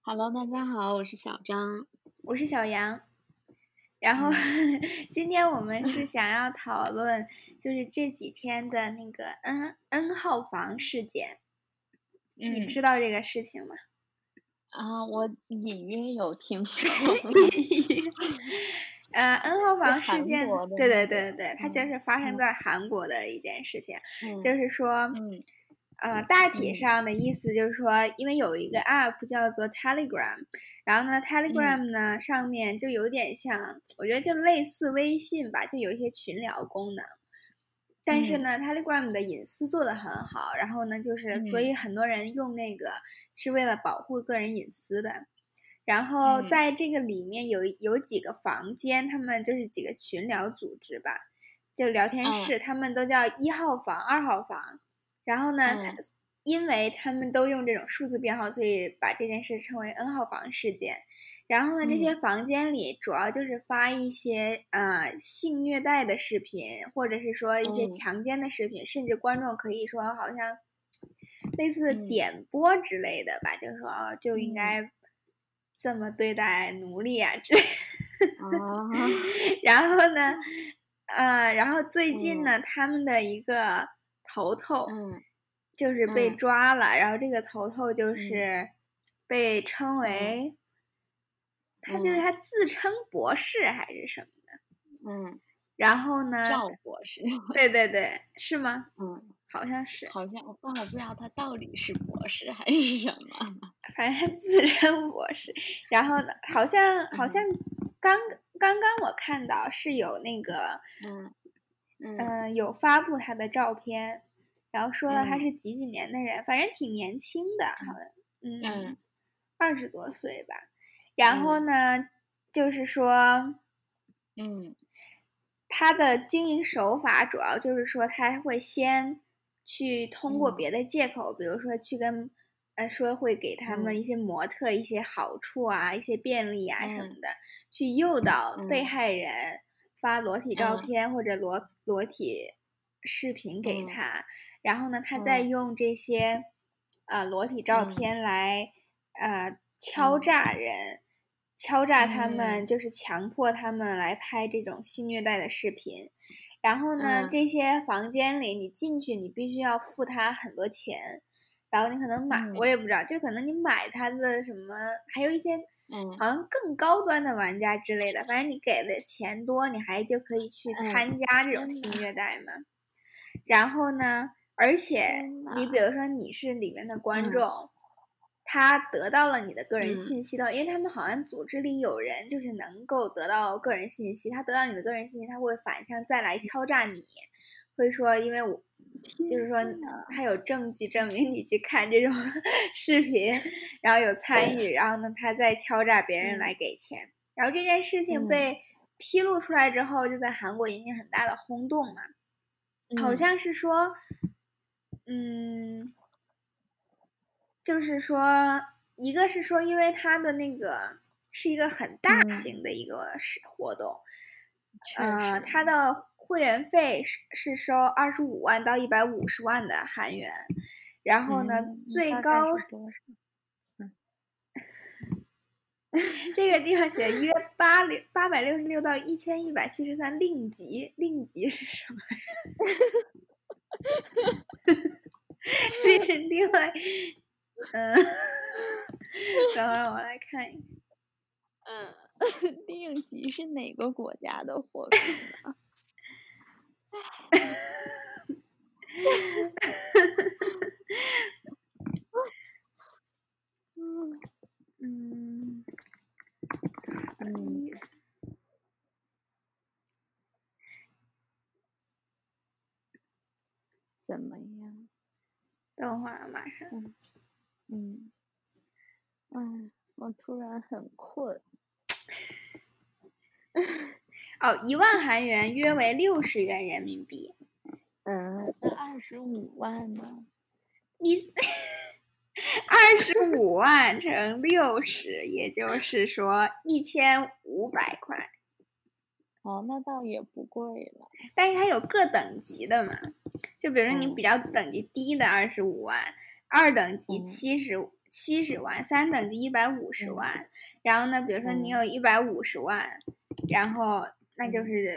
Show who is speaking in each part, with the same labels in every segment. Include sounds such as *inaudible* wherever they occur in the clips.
Speaker 1: Hello，大家好，我是小张。
Speaker 2: 我是小杨。然后
Speaker 1: 嗯
Speaker 2: *laughs* 今天我们
Speaker 1: *laughs*
Speaker 2: 是想要讨论，就是这几天的那个 N N 号房事件，你
Speaker 1: 嗯
Speaker 2: 知道这个事情吗？
Speaker 1: 啊，我隐约有听
Speaker 2: *laughs*
Speaker 1: 说
Speaker 2: 呃，N 号房事
Speaker 1: 韩
Speaker 2: 件
Speaker 1: 国的，
Speaker 2: 对
Speaker 1: 那
Speaker 2: 对对对对，它就
Speaker 1: 嗯
Speaker 2: 是发
Speaker 1: 嗯
Speaker 2: 生在韩国的一件事情，
Speaker 1: 嗯，
Speaker 2: 就是说，
Speaker 1: 嗯
Speaker 2: 呃，大体
Speaker 1: 嗯
Speaker 2: 上的意思就是说，因为有一个 app 叫做 Telegram，然
Speaker 1: 嗯
Speaker 2: 后呢，Telegram 呢、上面就有点像，我觉得就类似微信吧，就有一些群聊功能。但是
Speaker 1: 嗯
Speaker 2: 呢，Telegram 的隐私做得很好，然后呢，就是所
Speaker 1: 嗯
Speaker 2: 以很多人用那个是为了保护个人隐私的。然后
Speaker 1: 嗯
Speaker 2: 在这个里面有有几个房间，他们就是几个群聊组织吧，就聊天
Speaker 1: 嗯
Speaker 2: 室，他们都叫一号房、二号房。然后呢，他
Speaker 1: 嗯
Speaker 2: 因为他们都用这种数字编号，所以把这件事称为 N 号房事件。然后呢，这些
Speaker 1: 嗯
Speaker 2: 房间里主要就是发一些呃性虐待的视频，或者是说一些
Speaker 1: 嗯
Speaker 2: 强奸的视频，甚至观众可以说好像类似
Speaker 1: 嗯
Speaker 2: 点播之类的吧，就是说哦就应
Speaker 1: 嗯
Speaker 2: 该这么对待奴隶啊之类的。
Speaker 1: 啊，
Speaker 2: 然后呢，呃，然后最近呢，他们的一个头头
Speaker 1: 嗯
Speaker 2: 就是被
Speaker 1: 嗯
Speaker 2: 抓了，然后这个头头就
Speaker 1: 嗯
Speaker 2: 是被称为。他就是
Speaker 1: 嗯
Speaker 2: 他自称博士还是什么？
Speaker 1: 嗯，
Speaker 2: 然后呢？
Speaker 1: 赵博士，
Speaker 2: 对对对，是吗？
Speaker 1: 嗯，
Speaker 2: 好像是，
Speaker 1: 好像哦我但我不知道他到底是博士还是什么。
Speaker 2: 反正他自称博士。然后呢，好像好
Speaker 1: 嗯
Speaker 2: 像刚刚刚我看到是有那个，
Speaker 1: 嗯嗯
Speaker 2: 嗯、有发布他的照片，然后说了他
Speaker 1: 嗯
Speaker 2: 是几几年的人，反正挺年轻的，好像，嗯
Speaker 1: 嗯，
Speaker 2: 二十多岁吧。然后呢，就是说。
Speaker 1: 嗯
Speaker 2: 他的经营手法主要就是说，他会先去通过
Speaker 1: 嗯
Speaker 2: 别的借口，比如说去跟，呃，说会给他们
Speaker 1: 嗯
Speaker 2: 一些模特一些好处啊、一些便利啊什
Speaker 1: 嗯
Speaker 2: 么的，去诱导被
Speaker 1: 嗯
Speaker 2: 害人发裸体照
Speaker 1: 嗯
Speaker 2: 片或者裸裸体视频给
Speaker 1: 嗯
Speaker 2: 他，然后呢，他再
Speaker 1: 嗯
Speaker 2: 用这些，呃，裸体照
Speaker 1: 嗯
Speaker 2: 片来，呃，敲
Speaker 1: 嗯
Speaker 2: 诈人。敲诈他们，
Speaker 1: 嗯
Speaker 2: 就是强迫他们来拍这种性虐待的视频。然后呢，
Speaker 1: 嗯
Speaker 2: 这些房间里你进去，你必须要付他很多钱，然后你可能买，
Speaker 1: 嗯
Speaker 2: 我也不知道，就可能你买他的什么，还有一些
Speaker 1: 嗯
Speaker 2: 好像更高端的玩家之类的，反正你给的钱多，你还就可以去
Speaker 1: 嗯
Speaker 2: 参加这种
Speaker 1: 天
Speaker 2: 性
Speaker 1: 呐
Speaker 2: 虐待嘛。然后呢，而且
Speaker 1: 天
Speaker 2: 你
Speaker 1: 呐，
Speaker 2: 比如说你是里面的观
Speaker 1: 嗯
Speaker 2: 众，他得到了你的个人
Speaker 1: 嗯
Speaker 2: 信息的话，因为他们好像组织里有人就是能够得到个人信息，他得到你的个人信息，他会反向再
Speaker 1: 嗯
Speaker 2: 来敲诈你，会说因为我。就是说，
Speaker 1: 天呐，
Speaker 2: 他有证据证明你去看这种 *laughs* 视频，然后有参与，然后呢，他再敲诈别人来给钱。然后这件事情
Speaker 1: 嗯
Speaker 2: 被披露出来之后，就在韩国引起很大的轰动嘛。好
Speaker 1: 嗯
Speaker 2: 像是说，嗯，就是说，一个是说，因为它的那个是一个很大
Speaker 1: 嗯，
Speaker 2: 型的一个是活动，
Speaker 1: 确
Speaker 2: 呃，
Speaker 1: 实，
Speaker 2: 它的会员费是是收二十五万到一百五十万的韩元，然后呢，
Speaker 1: 嗯，那
Speaker 2: 最
Speaker 1: 大概
Speaker 2: 高
Speaker 1: 是多少？
Speaker 2: 这个地方写约八六八百六十六到一千一百七十三令吉，令吉是什么？这是另外，嗯，等会儿我来看一下。
Speaker 1: 嗯， *laughs* 令吉是哪个国家的 *laughs* 货币呢？嗯
Speaker 2: 嗯，
Speaker 1: 嗯
Speaker 2: 一
Speaker 1: 怎么样？
Speaker 2: 等会儿啊马上。
Speaker 1: 嗯嗯嗯，我突然很困。
Speaker 2: 哦，一万韩元约为六十元人民币。
Speaker 1: 嗯，那二十五万呢？
Speaker 2: 你二十五万乘六十，也就是说一千五百块。
Speaker 1: 哦，那倒也不贵了。
Speaker 2: 但是它有各等级的嘛，就比如说你
Speaker 1: 嗯
Speaker 2: 比较等级低的二十五万，二等级
Speaker 1: 嗯
Speaker 2: 七十七十万，三等级一百五十万。然后呢，比如说
Speaker 1: 嗯
Speaker 2: 你有一百五十万，然后那就是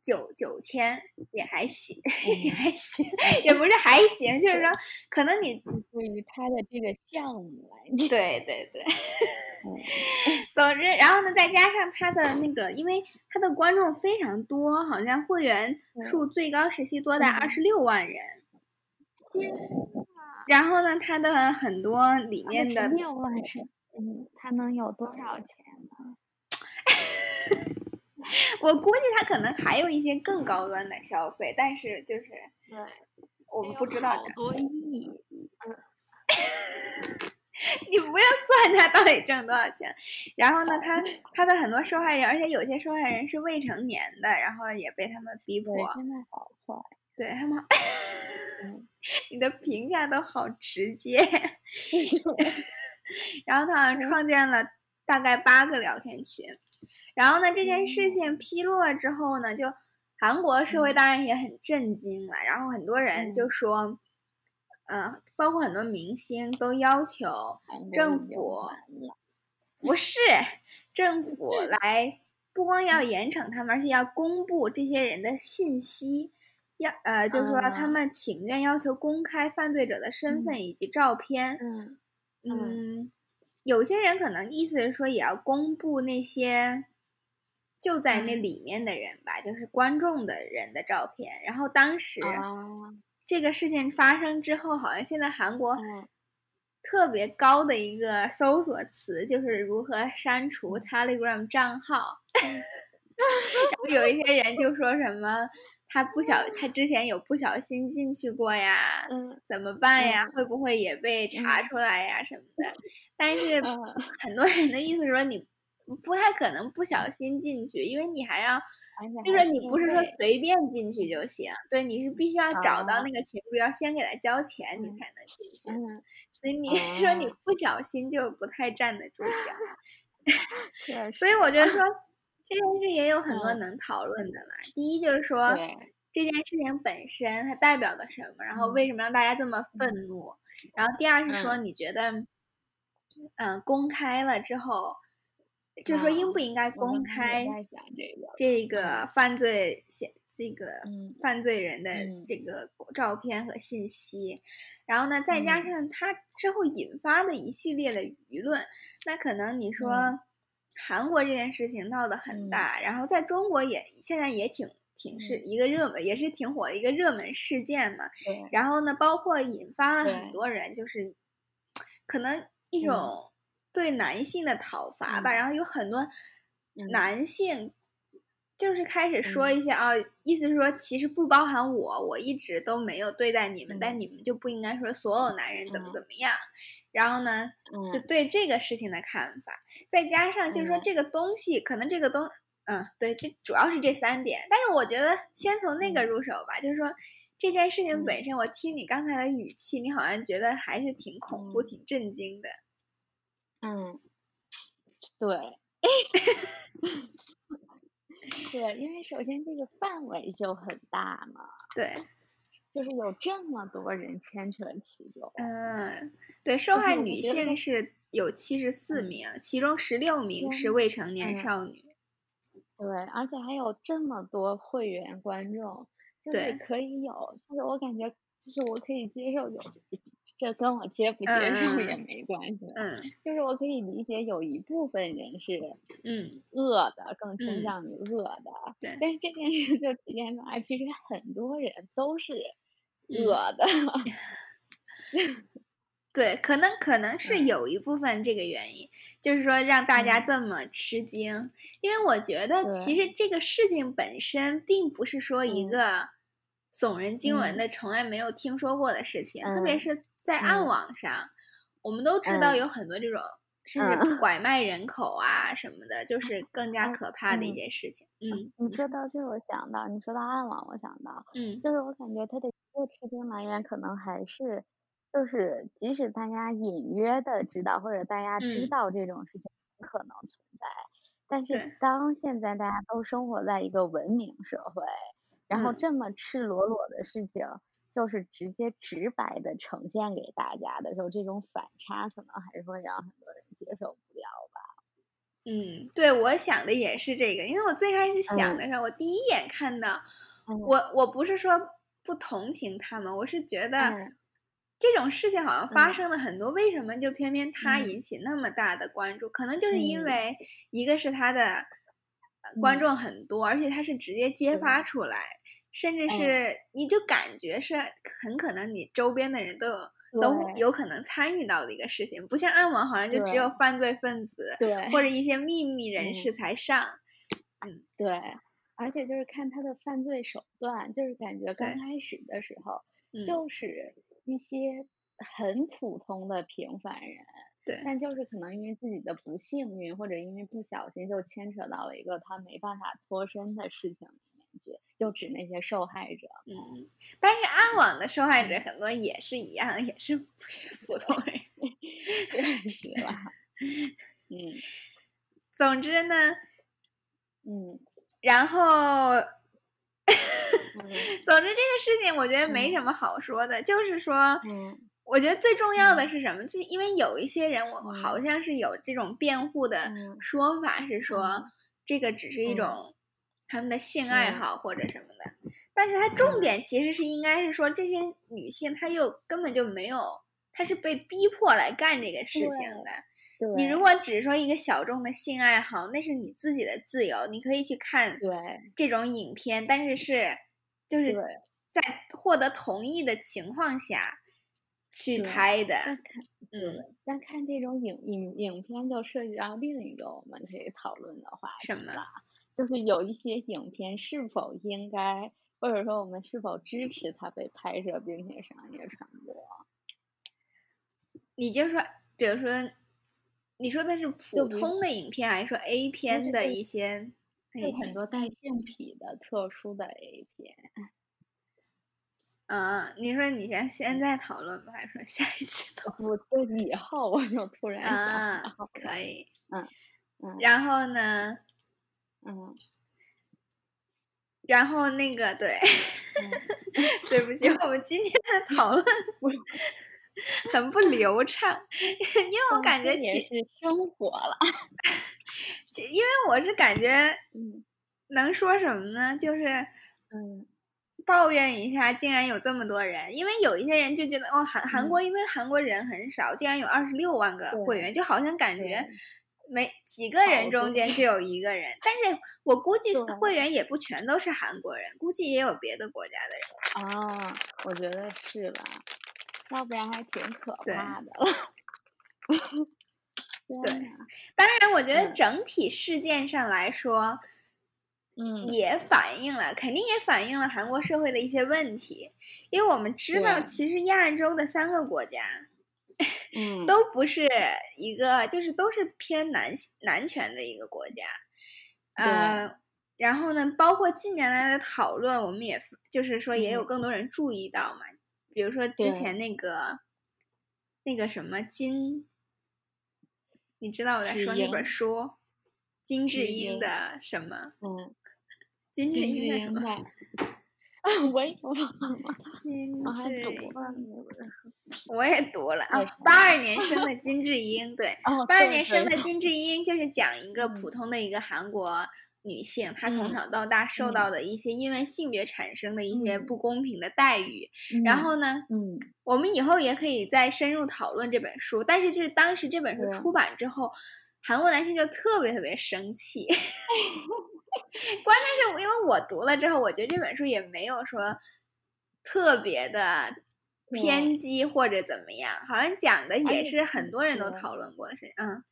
Speaker 2: 九九千，也还行， *laughs*
Speaker 1: 嗯
Speaker 2: 也还行，也不是还行，就是说可能你
Speaker 1: 对于他的这个项目来讲，
Speaker 2: 对对对，
Speaker 1: 嗯
Speaker 2: 总之，然后呢，再加上他的那个，因为他的观众非常多，好像会员
Speaker 1: 嗯
Speaker 2: 数最高时期多达
Speaker 1: 嗯
Speaker 2: 二十六万人。然后呢，他的很多里面的
Speaker 1: 六万是，嗯，他能有多少钱呢？
Speaker 2: 我估计他可能还有一些更高端的消费，但是就是
Speaker 1: 对，
Speaker 2: 我们不知道
Speaker 1: 好
Speaker 2: 的。
Speaker 1: 多亿，
Speaker 2: 你不要算他到底挣多少钱。然后呢，
Speaker 1: *laughs*
Speaker 2: 他他的很多受害人，而且有些受害人是未成年的，然后也被他们逼迫。
Speaker 1: 对，真的好坏，
Speaker 2: 对他们
Speaker 1: 嗯，
Speaker 2: 你的评价都好直接。
Speaker 1: 哎
Speaker 2: 然后他好
Speaker 1: 嗯
Speaker 2: 像创建了大概八个聊天群。然后呢，这件事情披露了之后呢，就韩国社会
Speaker 1: 嗯
Speaker 2: 当然也很震惊了。然后很多人就说，嗯、包括很多明星都要求
Speaker 1: 韩国
Speaker 2: 政
Speaker 1: 已经
Speaker 2: 府
Speaker 1: 完了
Speaker 2: 不是政府
Speaker 1: 嗯
Speaker 2: 来，不光要严惩他们，而且要公布这些人的信息。要呃，就是说他
Speaker 1: 啊
Speaker 2: 们请愿要求公开犯罪者的身份以及照片，
Speaker 1: 嗯嗯
Speaker 2: 嗯，有些人可能意思是说也要公布那些就在那
Speaker 1: 嗯
Speaker 2: 里面的人吧，就是观众的人的照片。然后当时
Speaker 1: 啊，
Speaker 2: 这个事情发生之后，好像现在韩国
Speaker 1: 嗯
Speaker 2: 特别高的一个搜索词就是如何删除
Speaker 1: 嗯
Speaker 2: Telegram 账号。 *laughs* 然后有一些人就说什么他不小，他之前有不小心进去过呀，
Speaker 1: 嗯
Speaker 2: 怎么办呀？
Speaker 1: 嗯
Speaker 2: 会不会也被查
Speaker 1: 嗯
Speaker 2: 出来呀什么的？但是
Speaker 1: 嗯
Speaker 2: 很多人的意思说你不太可能不小心进去，因为你还要，
Speaker 1: 而且
Speaker 2: 就
Speaker 1: 还
Speaker 2: 是你不是说
Speaker 1: 付费
Speaker 2: 随便进去就行，对，你是必须要找到
Speaker 1: 啊
Speaker 2: 那个群主，要先给他交钱，你
Speaker 1: 嗯
Speaker 2: 才能进去。
Speaker 1: 嗯，
Speaker 2: 所以你 *laughs* 说你
Speaker 1: 啊
Speaker 2: 不小心就不太站得住脚，
Speaker 1: 确实，
Speaker 2: 所以我觉
Speaker 1: *laughs*
Speaker 2: 得说这件事也有很多
Speaker 1: 嗯
Speaker 2: 能讨论的啦。第一就是说。
Speaker 1: 对，
Speaker 2: 这件事情本身它代表了什么，然后
Speaker 1: 嗯
Speaker 2: 为什么让大家这么愤怒，然后第二是说你觉得，嗯、呃公开了之后，就说应
Speaker 1: 啊
Speaker 2: 不应该
Speaker 1: 我
Speaker 2: 公
Speaker 1: 刚才
Speaker 2: 开
Speaker 1: 也在想这个，
Speaker 2: 这个犯罪嫌这个
Speaker 1: 嗯
Speaker 2: 犯罪人的
Speaker 1: 嗯
Speaker 2: 这个照片和信息，然后呢，再加
Speaker 1: 嗯
Speaker 2: 上他之后引发的一系列的舆论，那可能你说、
Speaker 1: 嗯
Speaker 2: 韩国这件事情闹得很
Speaker 1: 嗯
Speaker 2: 大，然后在中国也现在也挺挺是
Speaker 1: 嗯
Speaker 2: 一个热门，也是挺火的一个热门事件嘛。
Speaker 1: 对，
Speaker 2: 然后呢，包括引发了很
Speaker 1: 对
Speaker 2: 多人就是可能一种
Speaker 1: 嗯
Speaker 2: 对男性的讨伐吧，
Speaker 1: 嗯
Speaker 2: 然后有很多
Speaker 1: 嗯
Speaker 2: 男性就是开始说
Speaker 1: 嗯
Speaker 2: 一些啊，意思是说其实不包含我，我一直都没有对待你们，但
Speaker 1: 嗯
Speaker 2: 你们就不应该说所有男人怎么
Speaker 1: 嗯
Speaker 2: 怎么样。然后呢，就
Speaker 1: 嗯
Speaker 2: 对这个事情的看法，再加上就是说
Speaker 1: 嗯
Speaker 2: 这个东西，可能这个东，嗯，对，这主要是这三点。但是我觉得先从那个
Speaker 1: 嗯
Speaker 2: 入手吧，就是说这件事情
Speaker 1: 嗯
Speaker 2: 本身，我听你刚才的语气，你好像觉得还是挺恐怖、
Speaker 1: 嗯
Speaker 2: 挺震惊的。
Speaker 1: 嗯，对。
Speaker 2: *laughs*
Speaker 1: *laughs* 对，因为首先这个范围就很大嘛，
Speaker 2: 对，
Speaker 1: 就是有这么多人牵扯其中，
Speaker 2: 嗯，对，受
Speaker 1: 而且
Speaker 2: 害
Speaker 1: 我
Speaker 2: 女
Speaker 1: 觉得
Speaker 2: 性是有七十四
Speaker 1: 嗯
Speaker 2: 名，其中十六名是
Speaker 1: 天
Speaker 2: 未成年
Speaker 1: 嗯
Speaker 2: 少女。
Speaker 1: 对，而且还有这么多会员观众，就是
Speaker 2: 对
Speaker 1: 可以有，就是我感觉，就是我可以接受有， *laughs* 这跟我接不接
Speaker 2: 嗯
Speaker 1: 受
Speaker 2: 嗯
Speaker 1: 也
Speaker 2: 嗯
Speaker 1: 没关系，
Speaker 2: 嗯
Speaker 1: 就是我可以理解有一部分人是
Speaker 2: 嗯，
Speaker 1: 恶的，更倾
Speaker 2: 嗯
Speaker 1: 向于恶的，
Speaker 2: 对
Speaker 1: 但是这件事就体现出来，其实很多人都是
Speaker 2: 嗯
Speaker 1: 恶的， *laughs*
Speaker 2: 对，可能可能是
Speaker 1: 嗯
Speaker 2: 有一部分这个原因，就是说让大家
Speaker 1: 嗯
Speaker 2: 这么吃惊，因为我觉得其实这个事情本身并不是说一
Speaker 1: 嗯
Speaker 2: 个耸人惊闻
Speaker 1: 嗯
Speaker 2: 的、从来没有听说过的事情，特别
Speaker 1: 嗯
Speaker 2: 是在暗
Speaker 1: 嗯
Speaker 2: 网上，我们都知道
Speaker 1: 嗯
Speaker 2: 有很多这种甚至
Speaker 1: 嗯
Speaker 2: 拐卖人口啊什么的，就是更加
Speaker 1: 嗯
Speaker 2: 可怕的一
Speaker 1: 嗯
Speaker 2: 件事情。嗯
Speaker 1: 你说到这，我想到你说到暗网，我想到
Speaker 2: 嗯
Speaker 1: 就是我感觉它的一个吃惊来源可能还是就是即使大家隐约的知道或者大家知
Speaker 2: 嗯
Speaker 1: 道这种事情可能存在，但
Speaker 2: 对
Speaker 1: 是当现在大家都生活在一个文明社会，然后
Speaker 2: 嗯
Speaker 1: 这么赤裸裸的事情，就是直接直白的呈现给大家的时候，这种反差可能还是会让很多人接受不了吧。
Speaker 2: 嗯，对，我想的也是这个，因为我最开始想
Speaker 1: 嗯
Speaker 2: 的时候，我第一眼看到，
Speaker 1: 嗯
Speaker 2: 我我不是说不同情他们，我是觉得
Speaker 1: 嗯
Speaker 2: 这种事情好像发
Speaker 1: 嗯
Speaker 2: 生的很多，为什么就偏偏他
Speaker 1: 嗯
Speaker 2: 引起那么大的关注？可能就是因
Speaker 1: 嗯
Speaker 2: 为一个是他的呃观
Speaker 1: 嗯，
Speaker 2: 众很多，而且他是直接揭
Speaker 1: 对，
Speaker 2: 发出来，甚至
Speaker 1: 嗯
Speaker 2: 是你就感觉是很可能你周边的人都有。都
Speaker 1: 对
Speaker 2: 有可能参与到的一个事情，不像暗网好像就只有
Speaker 1: 对
Speaker 2: 犯罪分子，
Speaker 1: 对，
Speaker 2: 或者一些秘密人
Speaker 1: 嗯。
Speaker 2: 士才上。嗯，
Speaker 1: 对，而且就是看他的犯罪手段，就是感觉刚
Speaker 2: 对，
Speaker 1: 开始的时候，
Speaker 2: 嗯，
Speaker 1: 就是一些很普通的平凡人，
Speaker 2: 对，
Speaker 1: 但就是可能因为自己的不幸运，或者因为不小心就牵扯到了一个他没办法脱身的事情里面去，就指那些受害者们。
Speaker 2: 嗯。但是暗网的受害者
Speaker 1: 嗯，
Speaker 2: 很多也是一样的，也是普通
Speaker 1: 对，
Speaker 2: 人。
Speaker 1: 确实
Speaker 2: *laughs*
Speaker 1: 啦，嗯
Speaker 2: 总之呢，
Speaker 1: 嗯
Speaker 2: 然后，
Speaker 1: 嗯
Speaker 2: 总之这个事情我觉得没什
Speaker 1: 嗯
Speaker 2: 么好说的，就是说，
Speaker 1: 嗯
Speaker 2: 我觉得最重要的
Speaker 1: 嗯
Speaker 2: 是什么？就是因为有一些人，我好
Speaker 1: 嗯
Speaker 2: 像是有这种辩护的
Speaker 1: 嗯
Speaker 2: 说法，是说
Speaker 1: 嗯
Speaker 2: 这个只是一
Speaker 1: 嗯
Speaker 2: 种他们的性爱
Speaker 1: 嗯
Speaker 2: 好或者什么的，但是它重
Speaker 1: 嗯
Speaker 2: 点其实是应该是说这些女性她又根本就没有，她是被逼迫来干这个事情的。
Speaker 1: 对
Speaker 2: 你如果只是说一个小众的性爱好，那是你自己的自由，你可以去看
Speaker 1: 对
Speaker 2: 这种影片，但是是就
Speaker 1: 对
Speaker 2: 是
Speaker 1: 对。
Speaker 2: 在获得同意的情况下去
Speaker 1: 对，
Speaker 2: 拍的，
Speaker 1: 但看对，
Speaker 2: 嗯，
Speaker 1: 但看这种影影影片就涉及到另一个我们可以讨论的话
Speaker 2: 什
Speaker 1: 题
Speaker 2: 么？
Speaker 1: 啦，就是有一些影片是否应该，或者说我们是否支持它被拍摄并且商业传播？啊
Speaker 2: 你就说，比如说，你说的是
Speaker 1: 就
Speaker 2: 普
Speaker 1: 比如
Speaker 2: 通的影片，还是说 A
Speaker 1: 不
Speaker 2: 片
Speaker 1: 是
Speaker 2: 的
Speaker 1: 就
Speaker 2: 一些类
Speaker 1: 就很
Speaker 2: 型？
Speaker 1: 多带性癖的特殊的 A 片，
Speaker 2: 嗯，你说你先现
Speaker 1: 嗯，
Speaker 2: 在讨论吧，还是说下一
Speaker 1: *laughs*
Speaker 2: 期讨论？
Speaker 1: 不，就以后我就突然想
Speaker 2: 啊，
Speaker 1: 到
Speaker 2: 可
Speaker 1: 了，
Speaker 2: 以。
Speaker 1: 嗯嗯
Speaker 2: 然后呢？ *laughs*
Speaker 1: 嗯
Speaker 2: 然后那个，对，
Speaker 1: 嗯，
Speaker 2: 对不起，我们今天的讨论
Speaker 1: 我
Speaker 2: *laughs* 很不流畅， *laughs* 因为我
Speaker 1: 但
Speaker 2: 感
Speaker 1: 这
Speaker 2: 觉
Speaker 1: 也
Speaker 2: 其
Speaker 1: 是生活了，
Speaker 2: 其，因为我是感觉
Speaker 1: 嗯
Speaker 2: 能说什么呢？就是
Speaker 1: 嗯
Speaker 2: 抱怨一下，竟然有这么多人，因为有一些人就觉得哦，韩韩国
Speaker 1: 嗯，
Speaker 2: 因为韩国人很少，竟然有二十六万个
Speaker 1: 对
Speaker 2: 会员，就好像感觉
Speaker 1: 对，
Speaker 2: 每几个人
Speaker 1: 好
Speaker 2: 中
Speaker 1: 多，
Speaker 2: 间就有一个人，但是我估计
Speaker 1: 对。
Speaker 2: 会员也不全都是韩国人，估计也有别的国家的人，
Speaker 1: 啊，我觉得是吧？要不然还挺可
Speaker 2: 对。
Speaker 1: 怕的了。
Speaker 2: 对，
Speaker 1: 天呐，
Speaker 2: 当然，我觉得
Speaker 1: 嗯
Speaker 2: 整体事件上来说，
Speaker 1: 嗯，
Speaker 2: 也反映了，肯定也反映了韩国社会的一些问题。因为我们知道，
Speaker 1: 对，
Speaker 2: 其实亚洲的三个国家
Speaker 1: 嗯
Speaker 2: 都不是一个，就是都是偏男性男权的一个国家。
Speaker 1: 对，
Speaker 2: 呃，然后呢，包括近年来的讨论，我们也就是说，也有
Speaker 1: 嗯
Speaker 2: 更多人注意到嘛。比如说之
Speaker 1: 对，
Speaker 2: 前那个那个什么金你知道我在
Speaker 1: 只
Speaker 2: 说那本
Speaker 1: 赢
Speaker 2: 书，金智
Speaker 1: 只
Speaker 2: 英
Speaker 1: 赢，
Speaker 2: 的什么？
Speaker 1: 嗯，
Speaker 2: 金智
Speaker 1: 金
Speaker 2: 英
Speaker 1: 智
Speaker 2: 的什
Speaker 1: 英
Speaker 2: 么？
Speaker 1: 在，啊， *laughs* 我也忘了，
Speaker 2: 金
Speaker 1: 我哦还读
Speaker 2: 智
Speaker 1: 了
Speaker 2: 英，
Speaker 1: 那本书，
Speaker 2: 我也读了啊，
Speaker 1: 叫什 *laughs*
Speaker 2: 八
Speaker 1: 么？
Speaker 2: 二年生的金智英，对，
Speaker 1: 哦，
Speaker 2: 八二
Speaker 1: 对对
Speaker 2: 年生
Speaker 1: *laughs* 对，
Speaker 2: 的金智英就是讲一个
Speaker 1: 嗯
Speaker 2: 普通的一个韩国女性，她从
Speaker 1: 嗯
Speaker 2: 小到大受到
Speaker 1: 嗯
Speaker 2: 的一些因为性别产生的一些不
Speaker 1: 嗯
Speaker 2: 公平的待遇。然
Speaker 1: 嗯
Speaker 2: 后呢，
Speaker 1: 嗯，
Speaker 2: 我们以后也可以再深入讨论这本书，但是就是当时这本书
Speaker 1: 对，
Speaker 2: 出版之后，韩国男性就特别特别生气。关键是因为我读了之后，我觉得这本书也没有说特别的
Speaker 1: 对，
Speaker 2: 偏激或者怎么样，好像讲的
Speaker 1: 而
Speaker 2: 也
Speaker 1: 且，
Speaker 2: 是很多人
Speaker 1: 对。
Speaker 2: 都讨论过的事情。嗯，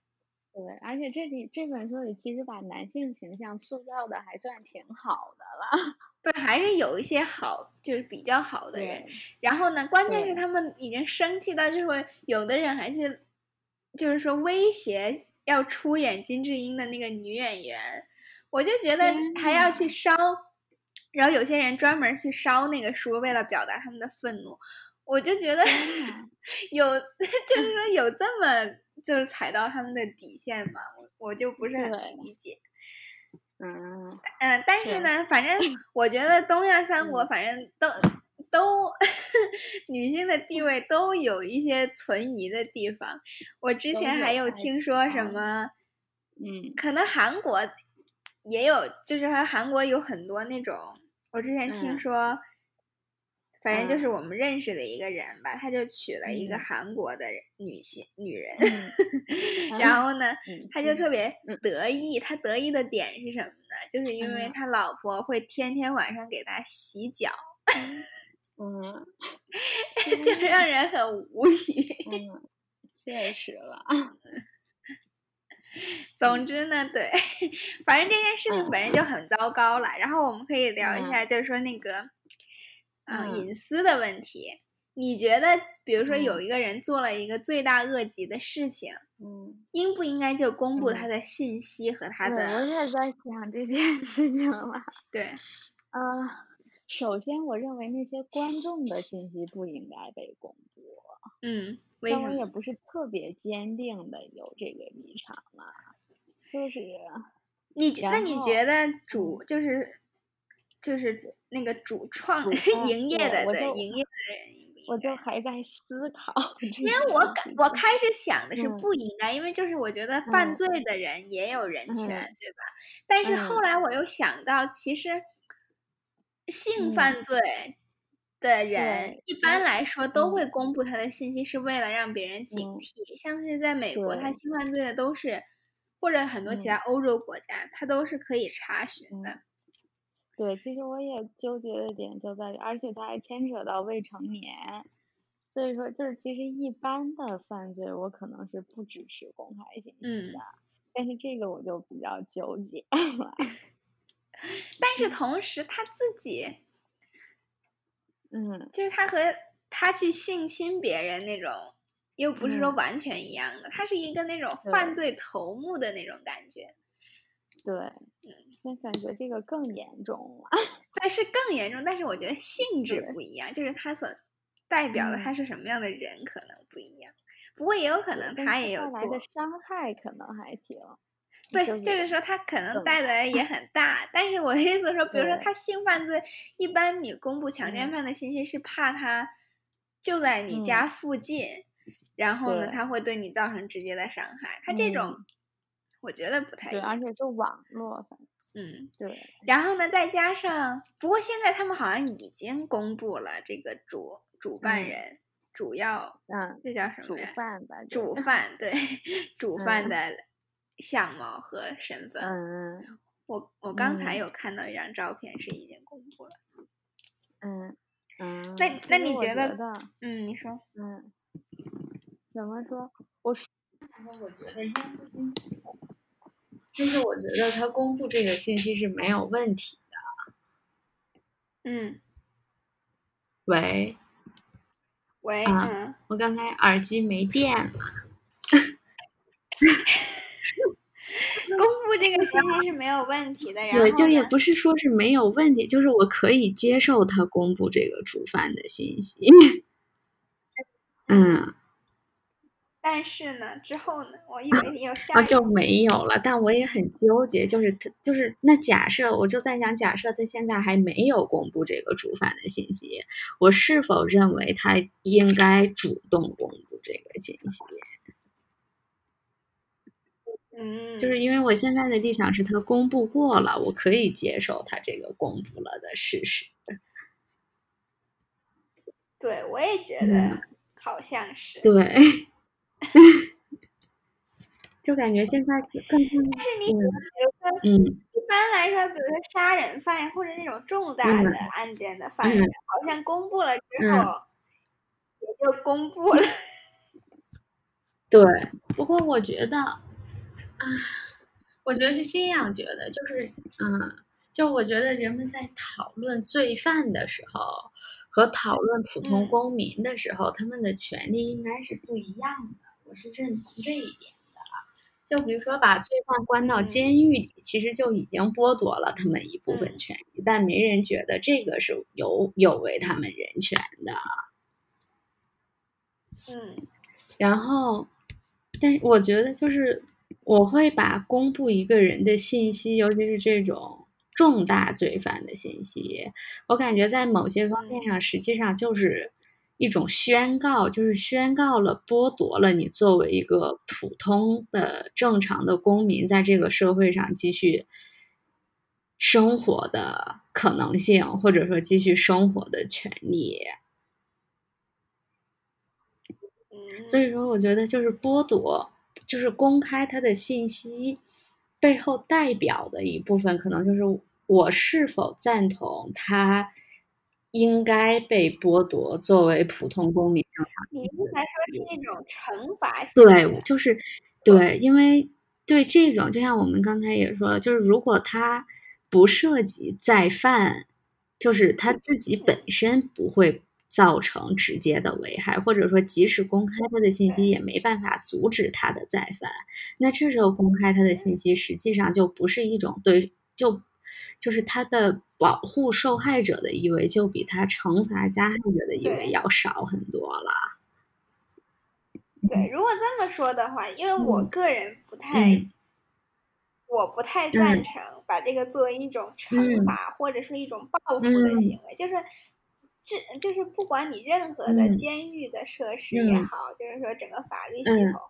Speaker 1: 对，而且这里这本书里其实把男性形象塑造的还算挺好的了。
Speaker 2: 对，还是有一些好，就是比较好的人。
Speaker 1: 对
Speaker 2: 然后呢，关键是
Speaker 1: 对，
Speaker 2: 他们已经生气到，就是会有的人还去，就是说威胁要出演金智英的那个女演员，我就觉得
Speaker 1: 天
Speaker 2: 还要去
Speaker 1: 呐，
Speaker 2: 烧。然后有些人专门儿去烧那个书，为了表达他们的愤怒。我
Speaker 1: *laughs*
Speaker 2: 就觉得
Speaker 1: 天呐，
Speaker 2: 有， *laughs* 就是说有这么就是踩到他们的底线嘛，我我就不是很
Speaker 1: 对
Speaker 2: 理解。
Speaker 1: 嗯，
Speaker 2: 嗯，但是呢，
Speaker 1: *clears throat*
Speaker 2: 反正我觉得东亚三国，
Speaker 1: 嗯
Speaker 2: 反正都都 *laughs* 女性的地位都有一些存疑的地方。我之
Speaker 1: 都
Speaker 2: 前还
Speaker 1: 有
Speaker 2: 有
Speaker 1: 哎
Speaker 2: 听说什
Speaker 1: 嗯
Speaker 2: 么， *laughs*
Speaker 1: 嗯
Speaker 2: 可能韩国也有，就是还韩国有很多那种，我之前听
Speaker 1: 嗯
Speaker 2: 说，反正就
Speaker 1: 嗯
Speaker 2: 是我们认识的一个人吧，他就娶了一个
Speaker 1: 嗯
Speaker 2: 韩国的人女性女人，
Speaker 1: 嗯
Speaker 2: 然后呢，
Speaker 1: 嗯
Speaker 2: 他就特
Speaker 1: 别
Speaker 2: 别
Speaker 1: 嗯
Speaker 2: 得意，他得意的点是什么呢？就是因为
Speaker 1: 嗯
Speaker 2: 他老婆会天天晚上给他洗脚，
Speaker 1: 嗯，
Speaker 2: *laughs* 就让人很无语。
Speaker 1: 嗯，确实了，
Speaker 2: 总之呢，对， *laughs* 反正这件事情
Speaker 1: 嗯
Speaker 2: 本身就很糟糕了。然后我们可以聊一
Speaker 1: 嗯
Speaker 2: 下，就是说那个，呃
Speaker 1: 嗯
Speaker 2: 隐私的问题。你觉得，比如说有
Speaker 1: 嗯
Speaker 2: 一个人做了一个罪大恶极的事情， *laughs*
Speaker 1: 嗯，
Speaker 2: 应不应该就公布
Speaker 1: 嗯
Speaker 2: 他的信息和他
Speaker 1: 我
Speaker 2: 的？
Speaker 1: 也在想这件事情了。
Speaker 2: 对，
Speaker 1: 啊，首先我认为那些观众的信息不应该被公布，
Speaker 2: 嗯，为什
Speaker 1: 但我
Speaker 2: 么？
Speaker 1: 也不是特别坚定的有这个立场啦，就是
Speaker 2: 你觉那
Speaker 1: 然
Speaker 2: 你
Speaker 1: 后
Speaker 2: 觉得主就是就是那个主创 *laughs*
Speaker 1: 主创
Speaker 2: 营业
Speaker 1: 对
Speaker 2: 的
Speaker 1: 我
Speaker 2: 对
Speaker 1: 就
Speaker 2: 营业的人应不应
Speaker 1: 我就
Speaker 2: 该
Speaker 1: 还在思
Speaker 2: *laughs*
Speaker 1: 考这
Speaker 2: 因为
Speaker 1: 件
Speaker 2: 我
Speaker 1: 事
Speaker 2: 感
Speaker 1: 情
Speaker 2: 我开始想的是
Speaker 1: 嗯
Speaker 2: 不应该，因为就是我觉得犯
Speaker 1: 嗯
Speaker 2: 罪的人也有人
Speaker 1: 嗯
Speaker 2: 权，对吧？但是后
Speaker 1: 嗯
Speaker 2: 来我又想到，其实性
Speaker 1: 嗯
Speaker 2: 犯罪的人
Speaker 1: 对
Speaker 2: 一
Speaker 1: 因
Speaker 2: 般
Speaker 1: 为
Speaker 2: 来说
Speaker 1: 嗯
Speaker 2: 都会公布他的信息，是为了让别人警
Speaker 1: 嗯
Speaker 2: 惕。像是在美国，他
Speaker 1: 对
Speaker 2: 性犯罪的都是，或者很多其他
Speaker 1: 嗯
Speaker 2: 欧洲国家，他都是可以查询的。
Speaker 1: 嗯，对，其实我也纠结的点就在于，而且它还牵扯到未成年，所以说就是其实一般的犯罪我可能是不支持公开信息
Speaker 2: 嗯
Speaker 1: 的，但是这个我就比较纠结 *laughs* 了，
Speaker 2: 但是同时他自己
Speaker 1: 嗯
Speaker 2: 就是他和他去性侵别人那种，又不是说
Speaker 1: 嗯，
Speaker 2: 完全一样的，他是一个那种犯
Speaker 1: 对
Speaker 2: 罪头目的那种感觉，
Speaker 1: 对，
Speaker 2: 嗯
Speaker 1: 那感觉这个更严重了，
Speaker 2: 但是更严重。但是我觉得性质
Speaker 1: 对，
Speaker 2: 不一样，就是他所代表的他
Speaker 1: 嗯。
Speaker 2: 是什么样的人可能不一样。不过也有可
Speaker 1: 对，
Speaker 2: 能
Speaker 1: 但是
Speaker 2: 他
Speaker 1: 它
Speaker 2: 也有
Speaker 1: 带来的
Speaker 2: 做，
Speaker 1: 伤害可能还挺，
Speaker 2: 对，
Speaker 1: 就
Speaker 2: 就是
Speaker 1: 是
Speaker 2: 说他可能
Speaker 1: 更
Speaker 2: 带来也很大。但是我的意思说，比如说
Speaker 1: 对，
Speaker 2: 他性犯罪，一般你公布强奸
Speaker 1: 嗯
Speaker 2: 犯的信息是怕他就在你家
Speaker 1: 嗯，
Speaker 2: 附近，然后呢，
Speaker 1: 对，
Speaker 2: 他会对你造成直接的伤害。他这种
Speaker 1: 嗯，
Speaker 2: 我觉得不太
Speaker 1: 对，而
Speaker 2: 一
Speaker 1: 且就网络，反正
Speaker 2: 样，嗯。
Speaker 1: 对，
Speaker 2: 然后呢，再加上，不过现在他们好像已经公布了这个主主办
Speaker 1: 嗯
Speaker 2: 人，主要
Speaker 1: 嗯，
Speaker 2: 这叫什么
Speaker 1: 主
Speaker 2: 呀？
Speaker 1: 犯吧，这
Speaker 2: 主
Speaker 1: 个，
Speaker 2: 犯对， *laughs* 主犯
Speaker 1: 嗯
Speaker 2: 的相貌和身份。
Speaker 1: 嗯
Speaker 2: 我我刚才
Speaker 1: 嗯
Speaker 2: 有看到一张照片是已经公布了。
Speaker 1: 嗯
Speaker 2: 那
Speaker 1: 嗯，其
Speaker 2: 那
Speaker 1: 实
Speaker 2: 你
Speaker 1: 我
Speaker 2: 觉
Speaker 1: 觉
Speaker 2: 得，
Speaker 1: 得，
Speaker 2: 嗯，你说，
Speaker 1: 嗯，怎么说？我是
Speaker 3: 我觉得应该会公布，就是我觉得他公布这个信息是没有问题的。
Speaker 2: 嗯，
Speaker 3: 喂，
Speaker 2: 喂，
Speaker 3: 啊，
Speaker 2: 嗯，
Speaker 3: 我刚才耳机没电了。
Speaker 2: 公布这个信息是没有问题的。然
Speaker 3: 对，
Speaker 2: 后
Speaker 3: 就也
Speaker 2: 呢，
Speaker 3: 不是说是没有问题，就是我可以接受他公布这个主犯的信息。嗯，
Speaker 2: 但是呢，之后呢，我以为你有
Speaker 3: 啊
Speaker 2: 下一
Speaker 3: 就
Speaker 2: 步。
Speaker 3: 没有了，但我也很纠结，就是他就是那假设，我就在想，假设他现在还没有公布这个主犯的信息，我是否认为他应该主动公布这个信息？就
Speaker 2: 嗯
Speaker 3: 是因为我现在的立场是他公布过了，我可以接受他这个公布了的事实。
Speaker 2: 对，我也觉
Speaker 3: 嗯，
Speaker 2: 得好像是。
Speaker 3: 对， *laughs* 就感觉现在更像，
Speaker 2: 但是你觉
Speaker 3: 嗯
Speaker 2: 得，比如说，
Speaker 3: 嗯
Speaker 2: 一般来说，比如说杀人犯或者那种重大的
Speaker 3: 嗯
Speaker 2: 案件的犯人，
Speaker 3: 嗯
Speaker 2: 好像公布了之
Speaker 3: 嗯，
Speaker 2: 后也就公布了。
Speaker 3: 对。不过我觉得，我觉得是这样觉得，就是，嗯，就我觉得人们在讨论罪犯的时候和讨论普通
Speaker 2: 嗯
Speaker 3: 公民的时候，他们的权利应该是不一样的。我是认同这一点。就比如说把罪犯关到
Speaker 2: 嗯
Speaker 3: 监狱里，其实就已经剥夺了他们一部分
Speaker 2: 嗯，
Speaker 3: 权益，但没人觉得这个是有有违他们人权的。
Speaker 2: 嗯
Speaker 3: 然后，但我觉得就是。我会把公布一个人的信息，尤其是这种重大罪犯的信息，我感觉在某些方面上，实际上就是一种宣告，就是宣告了剥夺了你作为一个普通的正常的公民，在这个社会上继续生活的可能性，或者说继续生活的权利。
Speaker 2: 嗯
Speaker 3: 所以说，我觉得就是剥夺，就是公开他的信息背后代表的一部分，可能就是我是否赞同他应该被剥夺作为普通公民正常。
Speaker 2: 你刚才说是一种惩罚性的，
Speaker 3: 对，就是对，因为对这种，就像我们刚才也说了，就是如果他不涉及再犯，就是他自己本身不会。造成直接的危害，或者说即使公开他的信息，也没办法阻止他的再犯。那这时候公开他的信息，实际上就不是一种对，就就是他的保护受害者的意味，就比他惩罚加害者的意味要少很多了。
Speaker 2: 对，如果这么说的话，因为我个人不太，
Speaker 3: 嗯
Speaker 2: 我不太赞
Speaker 3: 嗯
Speaker 2: 成把这个作为一种惩
Speaker 3: 嗯
Speaker 2: 罚、或者是一种报复的
Speaker 3: 嗯
Speaker 2: 行为，就是这就是不管你任何的
Speaker 3: 嗯
Speaker 2: 监狱的设施也
Speaker 3: 嗯
Speaker 2: 好，就是说整个法律系
Speaker 3: 嗯
Speaker 2: 统，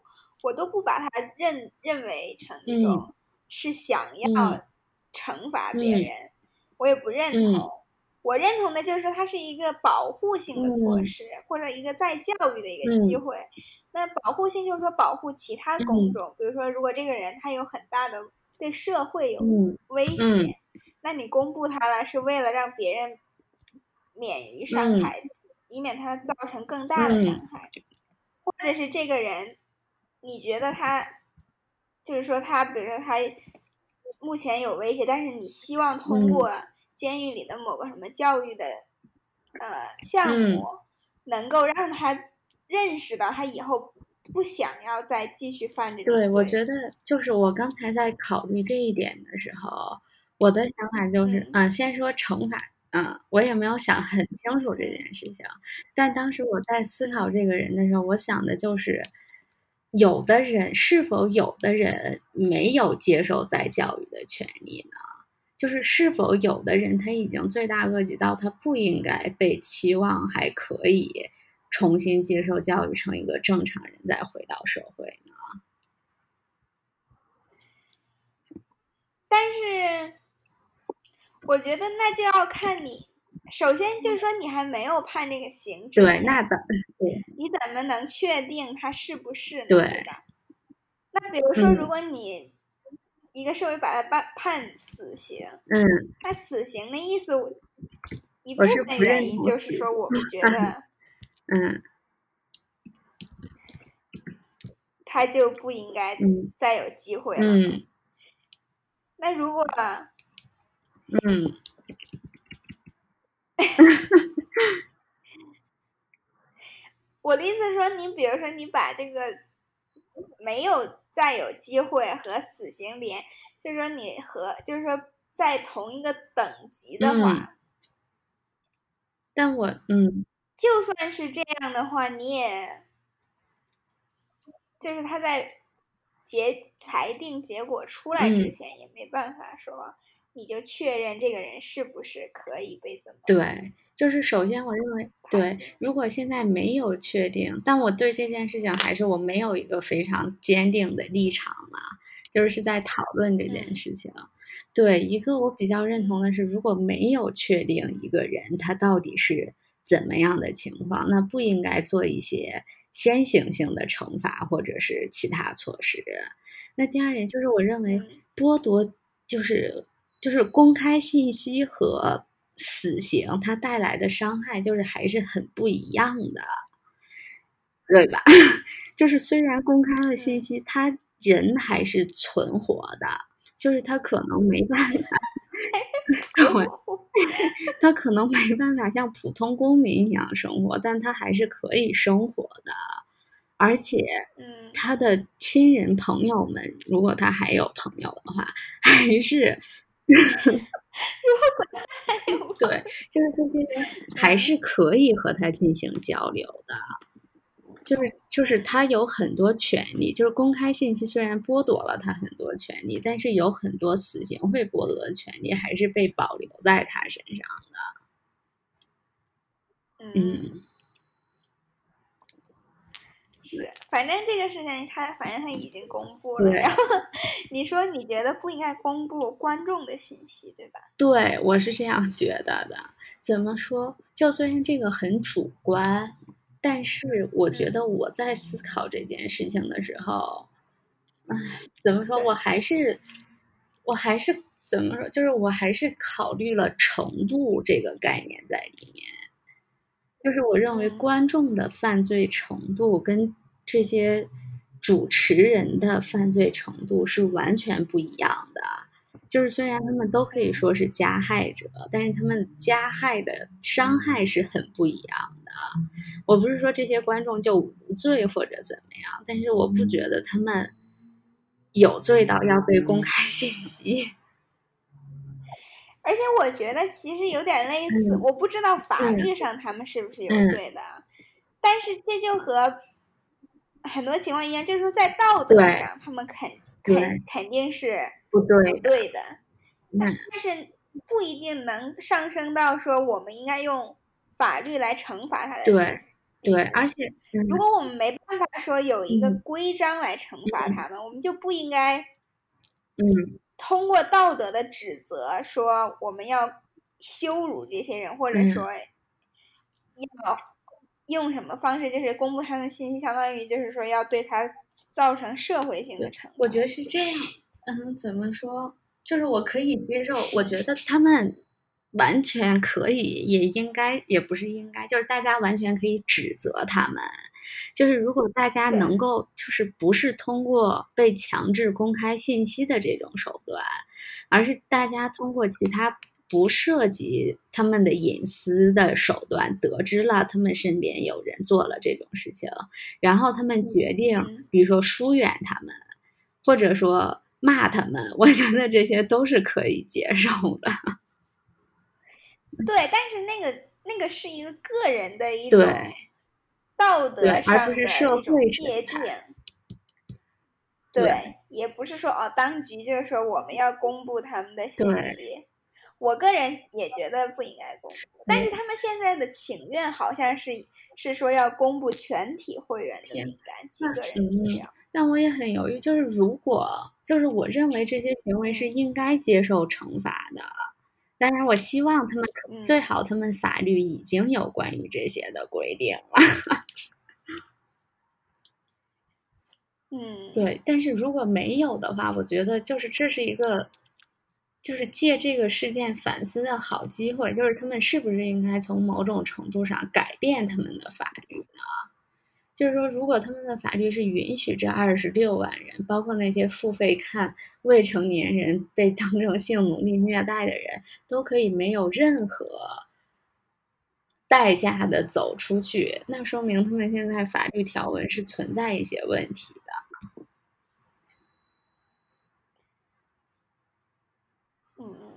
Speaker 2: 我都不把它认认为成一
Speaker 3: 嗯
Speaker 2: 种是想要
Speaker 3: 嗯
Speaker 2: 惩罚别
Speaker 3: 嗯
Speaker 2: 人，我也不认
Speaker 3: 嗯
Speaker 2: 同。我认同的就是说它是一个保护性的措
Speaker 3: 嗯
Speaker 2: 施，或者一个再教育的一个机
Speaker 3: 嗯
Speaker 2: 会。那保护性就是说保护其他工
Speaker 3: 嗯
Speaker 2: 种，比如说如果这个人他有很大的对社会有
Speaker 3: 嗯
Speaker 2: 危险，
Speaker 3: 嗯
Speaker 2: 那你公布他了是为了让别人免于伤
Speaker 3: 嗯
Speaker 2: 害，以免他造成更大的伤
Speaker 3: 嗯
Speaker 2: 害，或者是这个人，你觉得他就是说他，比如说他目前有威胁，但是你希望通
Speaker 3: 嗯
Speaker 2: 过监狱里的某个什么教育的呃项目，
Speaker 3: 嗯
Speaker 2: 能够让他认识到他以后不想要再继续犯这种
Speaker 3: 对，我
Speaker 2: 罪。
Speaker 3: 觉得就是我刚才在考虑这一点的时候，我的想法就是，
Speaker 2: 嗯
Speaker 3: 嗯、先说惩罚，嗯、我也没有想很清楚这
Speaker 2: 嗯
Speaker 3: 件事情，但当时我在思考这个人的时候，我想的就是，有的人是否有的人没有接受再教育的权利呢？就是是否有的人他已经罪大恶极到他不应该被期望还可以重新接受教育，成一个正常人再回到社会呢？
Speaker 2: 但是我觉得那就要看你，首先就是说你还没有判这个刑之
Speaker 3: 对，
Speaker 2: 前，
Speaker 3: 那当对
Speaker 2: 你怎么能确定他是不是呢？对
Speaker 3: 对，
Speaker 2: 吧？那比如说，如
Speaker 3: 嗯
Speaker 2: 果你一个社会把他判判死刑，
Speaker 3: 嗯，
Speaker 2: 那死刑的意思我，一
Speaker 3: 我
Speaker 2: 部
Speaker 3: 是
Speaker 2: 分
Speaker 3: 不认
Speaker 2: 原因
Speaker 3: 同
Speaker 2: 就是
Speaker 3: 死
Speaker 2: 说，我们觉
Speaker 3: 的，
Speaker 2: 得
Speaker 3: 嗯
Speaker 2: 他就不应该
Speaker 3: 嗯
Speaker 2: 再有机会了嘛。
Speaker 3: 嗯
Speaker 2: 那如果
Speaker 3: 嗯
Speaker 2: *laughs* 我的意思是说，你比如说，你把这个没有再有机会和死刑连，就是说你和就是说在同一个等级的
Speaker 3: 嗯，
Speaker 2: 话，
Speaker 3: 但我嗯
Speaker 2: 就算是这样的话，你也就是他在结裁定结果出来之
Speaker 3: 嗯
Speaker 2: 前，也没办法说你就确认这个人是不是可以被怎么
Speaker 3: 对，就是首先我认为
Speaker 2: 判
Speaker 3: 对，
Speaker 2: 定。
Speaker 3: 如果现在没有确定，但我对这件事情还是我没有一个非常坚定的立场嘛，就是是在讨论这件
Speaker 2: 嗯
Speaker 3: 事情。对，一个我比较认同
Speaker 2: 嗯
Speaker 3: 的是，如果没有确定一个人他到底是怎么样的情况，那不应该做一些先行性的惩罚或者是其他措施。那第二点就是，我认为
Speaker 2: 嗯
Speaker 3: 剥夺就是就是公开信息和死刑它带来的伤害，就是还是很不一样的，对吧？ *laughs* 就是虽然公开了信
Speaker 2: 嗯
Speaker 3: 息，他人还是存活的，就是他可能没
Speaker 2: *laughs*
Speaker 3: 办法，
Speaker 2: 存
Speaker 3: 对，
Speaker 2: 活，
Speaker 3: 他可能没办法像普通公民一样生活，但他还是可以生活的。而且
Speaker 2: 嗯
Speaker 3: 他的亲人朋友们，如果他还有朋友的话， *laughs* 还是
Speaker 2: 哎呦，
Speaker 3: 对，就是这些人还
Speaker 2: 嗯。
Speaker 3: 是可以和他进行交流的。就是就是他有很多权利，就是公开信息虽然剥夺了他很多权利，但是有很多死刑会剥夺的权利还是被保留在他身上的。嗯，
Speaker 2: 是，反正这个事情他反正他已经公布了，
Speaker 3: 对
Speaker 2: 然后 *laughs* 你说你觉得不应该公布观众的信息，对吧？
Speaker 3: 对我是这样觉得的。怎么说？就虽然这个很主观，但是我觉
Speaker 2: 嗯
Speaker 3: 得我在思考这件事情的时候，唉，怎么说？我还是，我还是怎么说？就是我还是考虑了程度这个概念在里面。就是我认为
Speaker 2: 嗯
Speaker 3: 观众的犯罪程度跟这些主持人的犯罪程度是完全不一样的。就是虽然他们都可以说是加害者，但是他们加害的伤害是很不一样的。我不是说这些观众就无罪或者怎么样，但是我不觉得他们有罪到要被公开信息。
Speaker 2: 而且我觉得其实有点类似，
Speaker 3: 嗯
Speaker 2: 我不知道法
Speaker 3: 嗯
Speaker 2: 律上他们是不是有
Speaker 3: 嗯
Speaker 2: 罪的，但是这就和很多情况一样，就是说在道德
Speaker 3: 对
Speaker 2: 上他们肯
Speaker 3: 对
Speaker 2: 肯肯定是
Speaker 3: 不
Speaker 2: 不
Speaker 3: 对，
Speaker 2: 对的，
Speaker 3: 嗯，
Speaker 2: 但是不一定能上升到说我们应该用法律来惩罚他的。
Speaker 3: 对对，而且嗯
Speaker 2: 如果我们没办法说有一个
Speaker 3: 嗯
Speaker 2: 规章来惩罚
Speaker 3: 嗯
Speaker 2: 他们，我们就不应该
Speaker 3: 嗯
Speaker 2: 通过道德的指责说我们要羞辱这些人，或者
Speaker 3: 嗯
Speaker 2: 说要用什么方式，就是公布他的信息，相当于就是说要对他造成社会性的惩罚。
Speaker 3: 我觉得是这样，嗯，怎么说？就是我可以接受，我觉得他们完全可以，也应该，也不是应该，就是大家完全可以指责他们。就是如果大家
Speaker 2: 对
Speaker 3: 能够，就是不是通过被强制公开信息的这种手段，而是大家通过其他不涉及他们的隐私的手段得知了他们身边有人做了这种事情，然后他们决定
Speaker 2: 嗯，
Speaker 3: 比如说疏远他们，或者说骂他们，我觉得这些都是可以接受的。
Speaker 2: 嗯对，但是那个那个是一个个人的一种
Speaker 3: 对
Speaker 2: 道
Speaker 3: 对
Speaker 2: 德上
Speaker 3: 而不
Speaker 2: 的
Speaker 3: 是
Speaker 2: 一
Speaker 3: 社
Speaker 2: 种
Speaker 3: 会审
Speaker 2: 界
Speaker 3: 判
Speaker 2: 定。
Speaker 3: 对
Speaker 2: 也不是说哦，当局就是说我们要公布他们的信
Speaker 3: 对
Speaker 2: 息。我个人也觉得不应该公布，但
Speaker 3: 嗯
Speaker 2: 是他们现在的请愿好像是是说要公布全体会员的
Speaker 3: 天
Speaker 2: 名单，几
Speaker 3: 那
Speaker 2: 个人资
Speaker 3: 嗯
Speaker 2: 料。
Speaker 3: 但我也很犹豫，就是如果就是我认为这些行为
Speaker 2: 嗯
Speaker 3: 是应该接受惩罚的，当然我希望他们可
Speaker 2: 嗯
Speaker 3: 最好他们法律已经有关于这些的规定了。
Speaker 2: 嗯，
Speaker 3: 对，但是如果没有的话，我觉得就是这是一个，就是借这个事件反思的好机会，就是他们是不是应该从某种程度上改变他们的法律呢？就是说，如果他们的法律是允许这二十六万人，包括那些付费看未成年人被当成性奴隶虐待的人，都可以没有任何代价的走出去，那说明他们现在法律条文是存在一些问题的。
Speaker 2: 嗯嗯，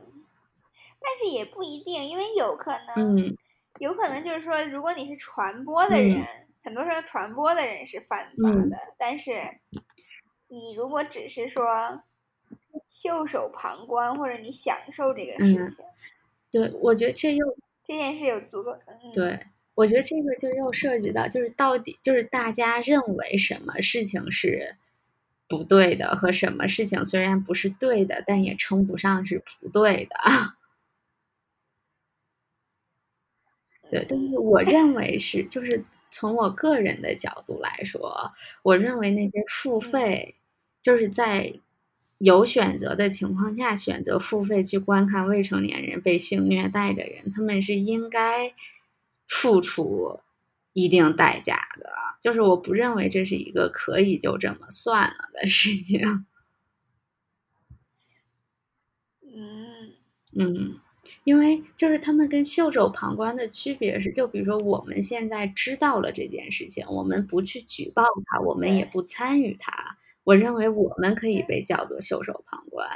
Speaker 2: 但是也不一定，因为有可能，
Speaker 3: 嗯，
Speaker 2: 有可能就是说，如果你是传播的人，很多时候传播的人是犯法
Speaker 3: 嗯
Speaker 2: 的，但是你如果只是说袖手旁观，或者你享受这个
Speaker 3: 嗯
Speaker 2: 事情，
Speaker 3: 对，我觉得这又
Speaker 2: 这件事有足够，嗯，
Speaker 3: 对，我觉得这个就又涉及到，就是到底就是大家认为什么事情是不对的，和什么事情虽然不是对的，但也称不上是不对的。对，但是我认为是，就是从我个人的角度来说，我认为那些付费，就是在有选择的情况下选择付费去观看未成年人被性虐待的人，他们是应该付出一定代价的。就是我不认为这是一个可以就这么算了的事情。
Speaker 2: 嗯
Speaker 3: 嗯，因为就是他们跟袖手旁观的区别是，就比如说我们现在知道了这件事情，我们不去举报它，我们也
Speaker 2: 对
Speaker 3: 不参与它。我认为我们可以
Speaker 2: 对
Speaker 3: 被叫做袖手旁观，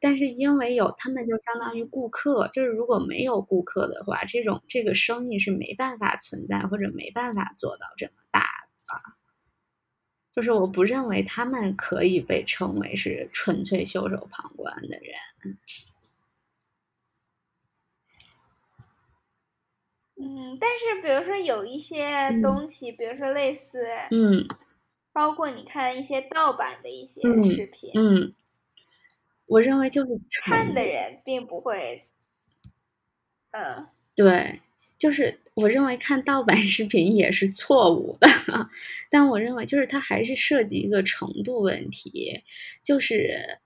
Speaker 3: 但是因为有他们，就相当于顾客，就是如果没有顾客的话，这种这个生意是没办法存在或者没办法做到这么大法，就是我不认为他们可以被称为是纯粹袖手旁观的人。
Speaker 2: 嗯，但是比如说有一些
Speaker 3: 嗯
Speaker 2: 东西，比如说类似，
Speaker 3: 嗯
Speaker 2: 包括你看一些盗版的一些
Speaker 3: 嗯
Speaker 2: 视频，
Speaker 3: 嗯，我认为就是
Speaker 2: 看
Speaker 3: 程
Speaker 2: 的
Speaker 3: 度
Speaker 2: 人并不会，嗯，
Speaker 3: 对，就是我认为看盗版 *laughs* 视频也是错误的， *laughs* 但我认为就是它还是涉及一个程度问题，就是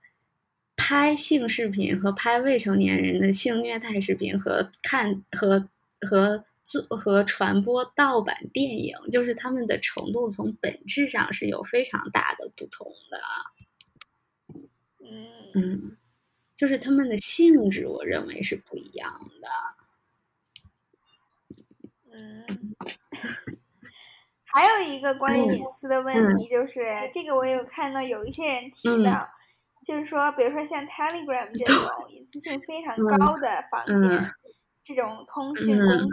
Speaker 3: 拍性视频和拍未成年人的性虐待视频和看和和做和传播盗版电影，就是他们的程度从本质上是有非常大的不同的。
Speaker 2: 嗯，
Speaker 3: 嗯，就是他们的性质，我认为是不一样的。
Speaker 2: 嗯， *coughs* 还有一个关于
Speaker 3: 嗯
Speaker 2: 隐私的问
Speaker 3: 嗯
Speaker 2: 题，就是、这个我有看到有一些人提
Speaker 3: 嗯
Speaker 2: 到，就是说，比如说像 Telegram 这
Speaker 3: *coughs*
Speaker 2: 种隐私性非常
Speaker 3: 嗯
Speaker 2: 高的房间，
Speaker 3: 嗯
Speaker 2: 这种通讯
Speaker 3: 嗯
Speaker 2: 工具，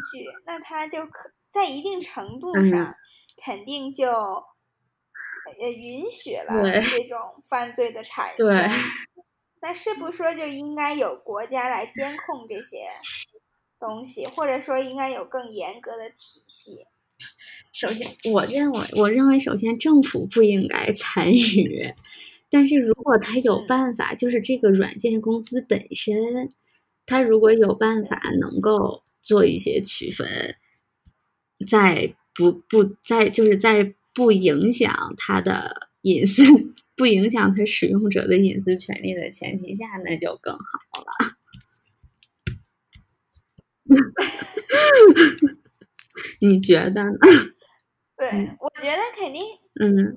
Speaker 2: 那它就可在一定程度
Speaker 3: 嗯
Speaker 2: 上，肯定就呃允许了
Speaker 3: 对
Speaker 2: 这种犯罪的产生。
Speaker 3: 对
Speaker 2: 那是不是说就应该有国家来监控这些东西，或者说应该有更严格的体系？
Speaker 3: 首先，我认为，我认为，首先政府不应该 *laughs* 参与，但是如果他有
Speaker 2: 嗯
Speaker 3: 办法，就是这个软件公司本身，他如果有办法能够做一些区分，在不不在就是在不影响他的隐私， *laughs* 不影响他使用者的隐私权利的前提下，那就更好。 *laughs* 你觉得呢？
Speaker 2: 对，
Speaker 3: 嗯
Speaker 2: 我觉得肯定
Speaker 3: 嗯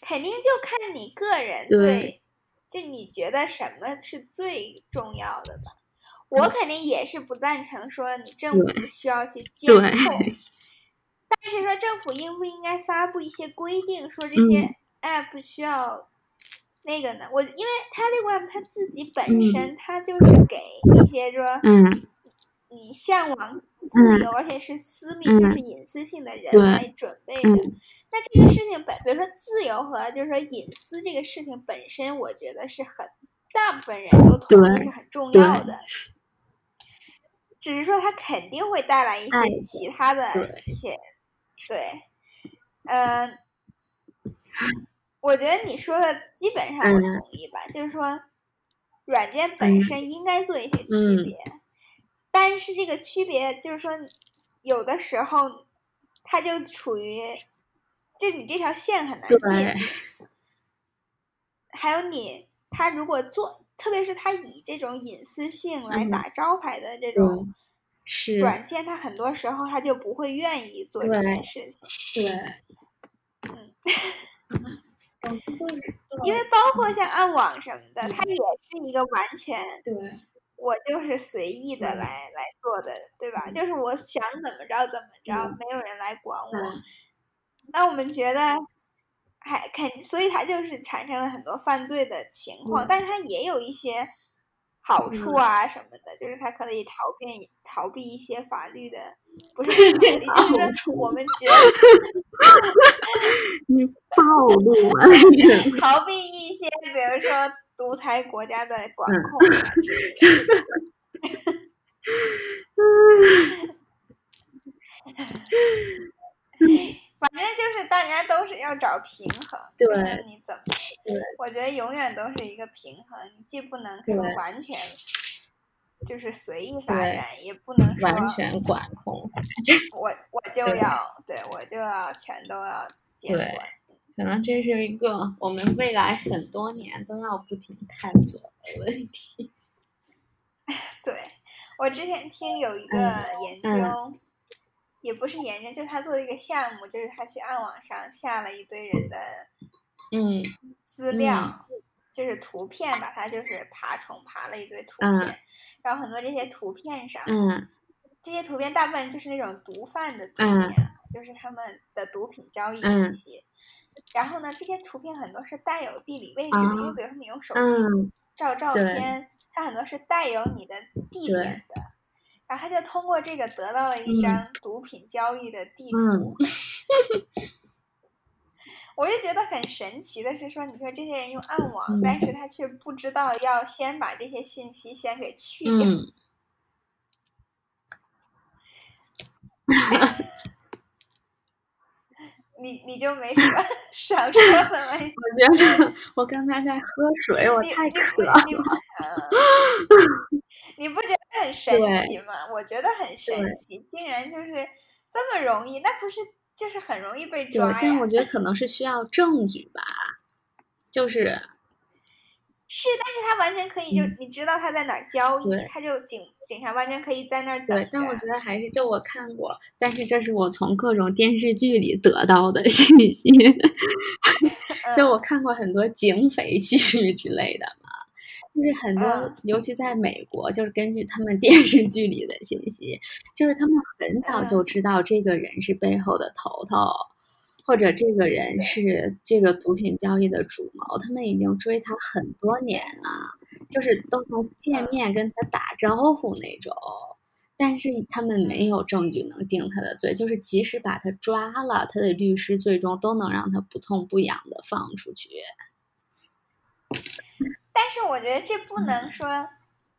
Speaker 2: 肯定就看你个人
Speaker 3: 对
Speaker 2: 就你觉得什么是最重要的
Speaker 3: 嗯
Speaker 2: 吧。我肯定也是不赞成说你政府需要去监控
Speaker 3: 对，
Speaker 2: *laughs* 但是说政府应不应该发布一些规定，说这
Speaker 3: 嗯
Speaker 2: 些 app 需要那个呢？我因为 Telegram 它自己本
Speaker 3: 嗯
Speaker 2: 身它就是给一些说
Speaker 3: 嗯
Speaker 2: 你向往自由，而且是私密，就
Speaker 3: 嗯
Speaker 2: 是隐私性的人
Speaker 3: 对
Speaker 2: 来准备的。
Speaker 3: 嗯
Speaker 2: 那这个事情本，比如说自由和就是说隐私这个事情本身，我觉得是很大部分人都同意
Speaker 3: 对
Speaker 2: 是很重
Speaker 3: 对
Speaker 2: 要的。只是说它肯定会带来一
Speaker 3: 哎
Speaker 2: 些其他的
Speaker 3: 对
Speaker 2: 一些，对，嗯，我觉得你说的基本上我
Speaker 3: 嗯
Speaker 2: 同意吧，就是说，软件本
Speaker 3: 嗯
Speaker 2: 身应该做一些区
Speaker 3: 嗯
Speaker 2: 别，但是这个区别就是说，有的时候它就处于，就你这条线很难界
Speaker 3: 对
Speaker 2: 定，还有你他如果做，特别是他以这种隐私性来
Speaker 3: 嗯
Speaker 2: 打招牌的这
Speaker 3: 对
Speaker 2: 种。
Speaker 3: 是
Speaker 2: 软件它很多时候它就不会愿意做这件
Speaker 3: 对
Speaker 2: 事情，
Speaker 3: 对， *laughs*
Speaker 2: 嗯，
Speaker 3: 我们就是
Speaker 2: 因为包括像暗网什么的，
Speaker 3: 嗯
Speaker 2: 它也是一个完全
Speaker 3: 对
Speaker 2: 我就是随意的
Speaker 3: 嗯
Speaker 2: 来来做的，对吧？就是我想怎么着怎么着，
Speaker 3: 嗯
Speaker 2: 没有人来管我。
Speaker 3: 对
Speaker 2: 那我们觉得还肯，所以它就是产生了很多犯罪的情况，
Speaker 3: 嗯
Speaker 2: 但是它也有一些好处啊什么的，就是它可以逃避逃避一些法律的，不
Speaker 3: *laughs*
Speaker 2: 是法律，就是
Speaker 3: 好
Speaker 2: 说
Speaker 3: 处
Speaker 2: 我们觉得。
Speaker 3: 你暴露了是 *laughs*
Speaker 2: 逃避一些，比如说独裁国家的管
Speaker 3: 嗯
Speaker 2: 控啊之类的。 *laughs* 反正就是大家都是要找平衡，就是
Speaker 3: 对
Speaker 2: 你怎么，
Speaker 3: 对
Speaker 2: 我觉得永远都是一个平衡，你既不能
Speaker 3: 对
Speaker 2: 说完全就是随意发
Speaker 3: 对
Speaker 2: 展，也不能说
Speaker 3: 完全管控，
Speaker 2: 我我就
Speaker 3: 对
Speaker 2: 要对我就要全都要监
Speaker 3: 对
Speaker 2: 管。
Speaker 3: 可能这是一个我们未来很多年都要不停探索的问题。
Speaker 2: 对，我之前听有一个
Speaker 3: 嗯
Speaker 2: 研
Speaker 3: 嗯
Speaker 2: 究，也不是研究，就是他做了一个项目，就是他去暗网上下了一堆人的
Speaker 3: 嗯
Speaker 2: 资料，就是图片，把它就是爬虫爬了一堆图
Speaker 3: 嗯
Speaker 2: 片，然后很多这些图片上，
Speaker 3: 嗯
Speaker 2: 这些图片大部分就是那种毒贩的图
Speaker 3: 嗯
Speaker 2: 片，啊就是他们的毒品交易信
Speaker 3: 嗯
Speaker 2: 息。然后呢，这些图片很多是带有地理位置
Speaker 3: 啊
Speaker 2: 的，因为比如说你用手机
Speaker 3: 嗯
Speaker 2: 照照
Speaker 3: 对
Speaker 2: 片，它很多是带有你的地
Speaker 3: 对
Speaker 2: 点的。然后他就通过这个得到了一
Speaker 3: 嗯
Speaker 2: 张毒品交易的地图，
Speaker 3: 嗯
Speaker 2: 我就觉得很神奇的是说，你说这些人用暗网，
Speaker 3: 嗯
Speaker 2: 但是他却不知道要先把这些信息先给去掉。
Speaker 3: 嗯，
Speaker 2: *laughs* 你你就没什么 *laughs* 想说的吗？你
Speaker 3: 我觉得我刚才在喝水，我
Speaker 2: 你
Speaker 3: 太
Speaker 2: 你
Speaker 3: 渴
Speaker 2: 不
Speaker 3: 了。 *laughs*
Speaker 2: 你不嗯你不觉得很神
Speaker 3: 对
Speaker 2: 奇吗？我觉得很神
Speaker 3: 对
Speaker 2: 奇，竟然就是这么容易，那不是就是很容易被
Speaker 3: 对
Speaker 2: 抓，
Speaker 3: 但
Speaker 2: 啊呀
Speaker 3: 我？觉得可能是需要证据吧，就是
Speaker 2: 是，但是他完全可以就、
Speaker 3: 嗯
Speaker 2: 你知道他在哪儿交易
Speaker 3: 对，
Speaker 2: 他就警警察完全可以在那儿等
Speaker 3: 对
Speaker 2: 着。，
Speaker 3: 但我觉得还是就我看过，但是这是我从各种电视剧里得到的信息，就 *laughs* 我
Speaker 2: 嗯
Speaker 3: 看过很多警匪剧 *laughs* 之类的嘛，就是很多，
Speaker 2: 嗯
Speaker 3: 尤其在美国，就是根据他们电视剧里的信息，就是他们很早就知道这个人是背后的头头。或者这个人是这个毒品交易的主谋，他们已经追他很多年了，就是都能见
Speaker 2: 嗯
Speaker 3: 面跟他打招呼那种。但是他们没有证据能定他的罪，就是即使把他抓了，他的律师最终都能让他不痛不痒的放出去。
Speaker 2: 但是我觉得这
Speaker 3: 嗯
Speaker 2: 不能说。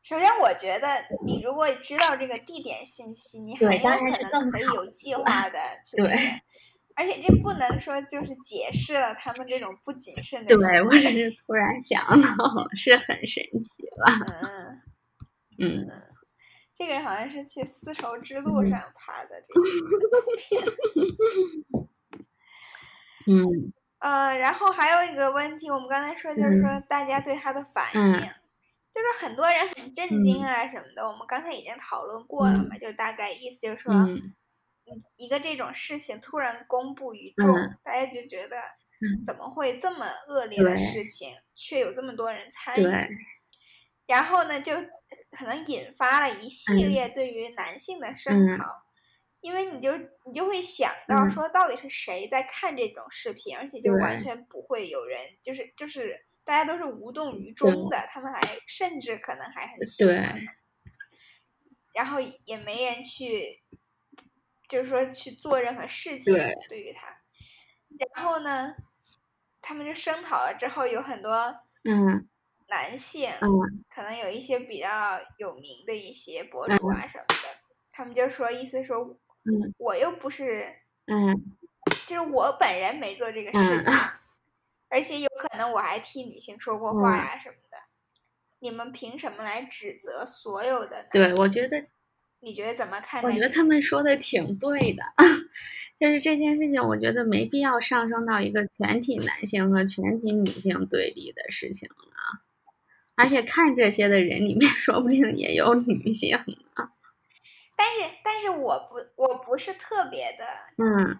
Speaker 2: 首先，我觉得你如果知道这个地点信息，你
Speaker 3: 对
Speaker 2: 很有
Speaker 3: 当然是
Speaker 2: 可
Speaker 3: 更
Speaker 2: 能可以
Speaker 3: 好
Speaker 2: 有计划的去
Speaker 3: 对
Speaker 2: 那个。而且这不能说就是解释了他们这种不谨慎的
Speaker 3: 对
Speaker 2: 行为。
Speaker 3: 我只是突然想到，是很神奇吧？
Speaker 2: 嗯，
Speaker 3: 嗯，
Speaker 2: 这个人好像是去丝绸之路
Speaker 3: 嗯
Speaker 2: 上拍的这些。
Speaker 3: 嗯，
Speaker 2: 呃，然后还有一个问题，我们刚才说就是说大家对他的反应，
Speaker 3: 嗯
Speaker 2: 就是很多人很震惊啊什么的。我们刚才已经讨论过了嘛，就是大概意思就是说，
Speaker 3: 嗯
Speaker 2: 一个这种事情突然公布于众，
Speaker 3: 嗯
Speaker 2: 大家就觉得
Speaker 3: 嗯
Speaker 2: 怎么会这么恶劣的
Speaker 3: 对
Speaker 2: 事情，却有这么多人参与？
Speaker 3: 嗯对，
Speaker 2: 然后呢，就可能引发了一系
Speaker 3: 嗯
Speaker 2: 列对于男性的
Speaker 3: 嗯
Speaker 2: 声讨，因为你就你就会想到
Speaker 3: 嗯
Speaker 2: 说，到底是谁在看这种视频，而且就完
Speaker 3: 对
Speaker 2: 全不会有人，就是就是大家都是无动于衷的，他们还甚至可能还很喜
Speaker 3: 对
Speaker 2: 欢，，然后也没人去，就是说去做任何事情
Speaker 3: 对
Speaker 2: 对于他，然后呢，他们就声讨了之后，有很多
Speaker 3: 嗯
Speaker 2: 男性，
Speaker 3: 嗯
Speaker 2: 可能有一些比较有名的一些博主啊什么的，他们就说意思说，
Speaker 3: 嗯
Speaker 2: 我又不是，
Speaker 3: 嗯，
Speaker 2: 就是我本人没做这个事情， *laughs* 而且有可能我还替女性说过话呀、什么的，你们凭什么来指责所有的男
Speaker 3: 对，我
Speaker 2: 性
Speaker 3: 觉得
Speaker 2: 你觉得怎么看待
Speaker 3: 我
Speaker 2: 这
Speaker 3: 觉
Speaker 2: 个？
Speaker 3: 得他们说的挺对的， *laughs* 就是这件事情，我觉得没必要上升到一个全体男性和全体女性对立的事情了。而且看这些的人里面， *laughs* 说不定也有女性。
Speaker 2: 但是，但是我不，我不是特别的，
Speaker 3: 嗯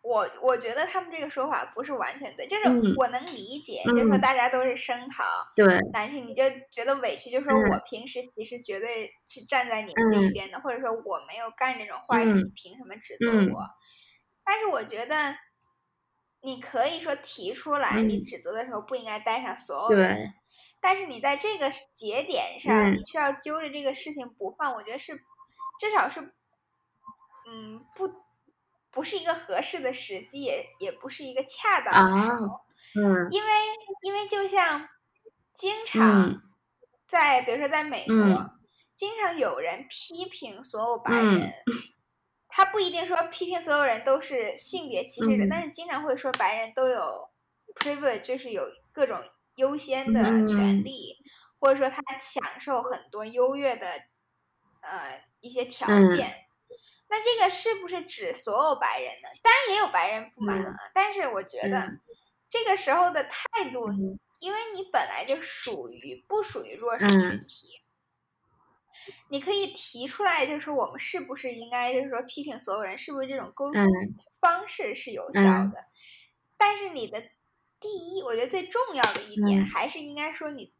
Speaker 2: 我我觉得他们这个说法不是完全对，就是
Speaker 3: 嗯
Speaker 2: 我能理解，就是说
Speaker 3: 嗯
Speaker 2: 大家都是声讨。，
Speaker 3: 对，
Speaker 2: 男性，你就觉得委屈，就说
Speaker 3: 嗯
Speaker 2: 我平时其实绝对是站在你们这一
Speaker 3: 嗯
Speaker 2: 边的，或者说我没有干这种坏事，
Speaker 3: 嗯
Speaker 2: 你凭什么指责
Speaker 3: 嗯
Speaker 2: 我？但是我觉得，你可以说提出来，你
Speaker 3: 嗯
Speaker 2: 指责的时候不应该带上所有
Speaker 3: 对
Speaker 2: 人，但是你在这个节点上，
Speaker 3: 嗯
Speaker 2: 你却要揪着这个事情不放，我觉得是至少是，嗯，不不是一个合适的时机，也也不是一个恰当的时
Speaker 3: 啊
Speaker 2: 候。
Speaker 3: 嗯
Speaker 2: 因为因为就像经常
Speaker 3: 嗯
Speaker 2: 在、比如说在美国，
Speaker 3: 嗯
Speaker 2: 经常有人批评所有白
Speaker 3: 嗯
Speaker 2: 人，他不一定说批评所有人都是性别歧视者，
Speaker 3: 嗯
Speaker 2: 但是经常会说白人都有 privilege，就是有各种优先的权
Speaker 3: 嗯
Speaker 2: 利，或者说他享受很多优越的呃一些条
Speaker 3: 嗯
Speaker 2: 件。那这个是不是指所有白人呢？当然也有白人不满啊，但是我觉得
Speaker 3: 嗯
Speaker 2: 这个时候的态度，
Speaker 3: 嗯
Speaker 2: 因为你本来就属于不属于弱势群
Speaker 3: 嗯
Speaker 2: 体，你可以提出来，就是说我们是不是应该就是说批评所有人，是不是这种沟通
Speaker 3: 嗯
Speaker 2: 方式是有效
Speaker 3: 嗯
Speaker 2: 的？但是你的第一，我觉得最重要的一点
Speaker 3: 嗯
Speaker 2: 还是应该说你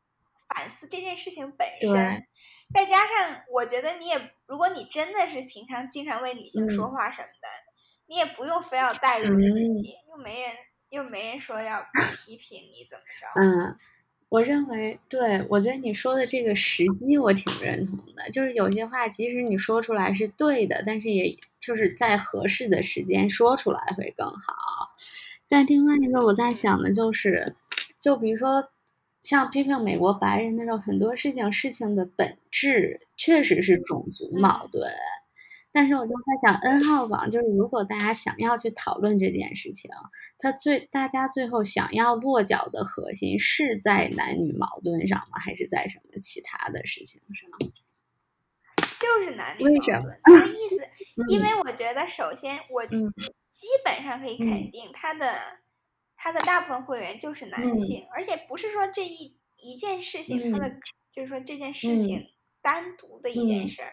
Speaker 2: 反思这件事情本
Speaker 3: 对
Speaker 2: 身。再加上，我觉得你也，如果你真的是平常经常为女性说
Speaker 3: 嗯
Speaker 2: 话什么的，你也不用非要代入自己，又没人又没人说要批评你怎么着。
Speaker 3: 嗯，我认为，对，我觉得你说的这个时机我挺认同的，就是有些话即使你说出来是对的，但是也就是在合适的时间说出来会更好。但另外一个我在想的就是，就比如说像批评美国白人那种很多事情，事情的本质确实是种族矛盾。但是我就在想，N 号房就是如果大家想要去讨论这件事情，它最大家最后想要落脚的核心是在男女矛盾上吗？还是在什么其他的事情上？
Speaker 2: 就是男女
Speaker 3: 为
Speaker 2: 矛
Speaker 3: 什 *laughs* 么
Speaker 2: 盾。这个意思，因为我觉得首先我
Speaker 3: 嗯
Speaker 2: 基本上可以
Speaker 3: 嗯
Speaker 2: 肯定他的、他的大部分会员就是男
Speaker 3: 嗯
Speaker 2: 性，而且不是说这一一件事情，他的就是说这件事
Speaker 3: 嗯
Speaker 2: 情单独的一件
Speaker 3: 嗯
Speaker 2: 事儿，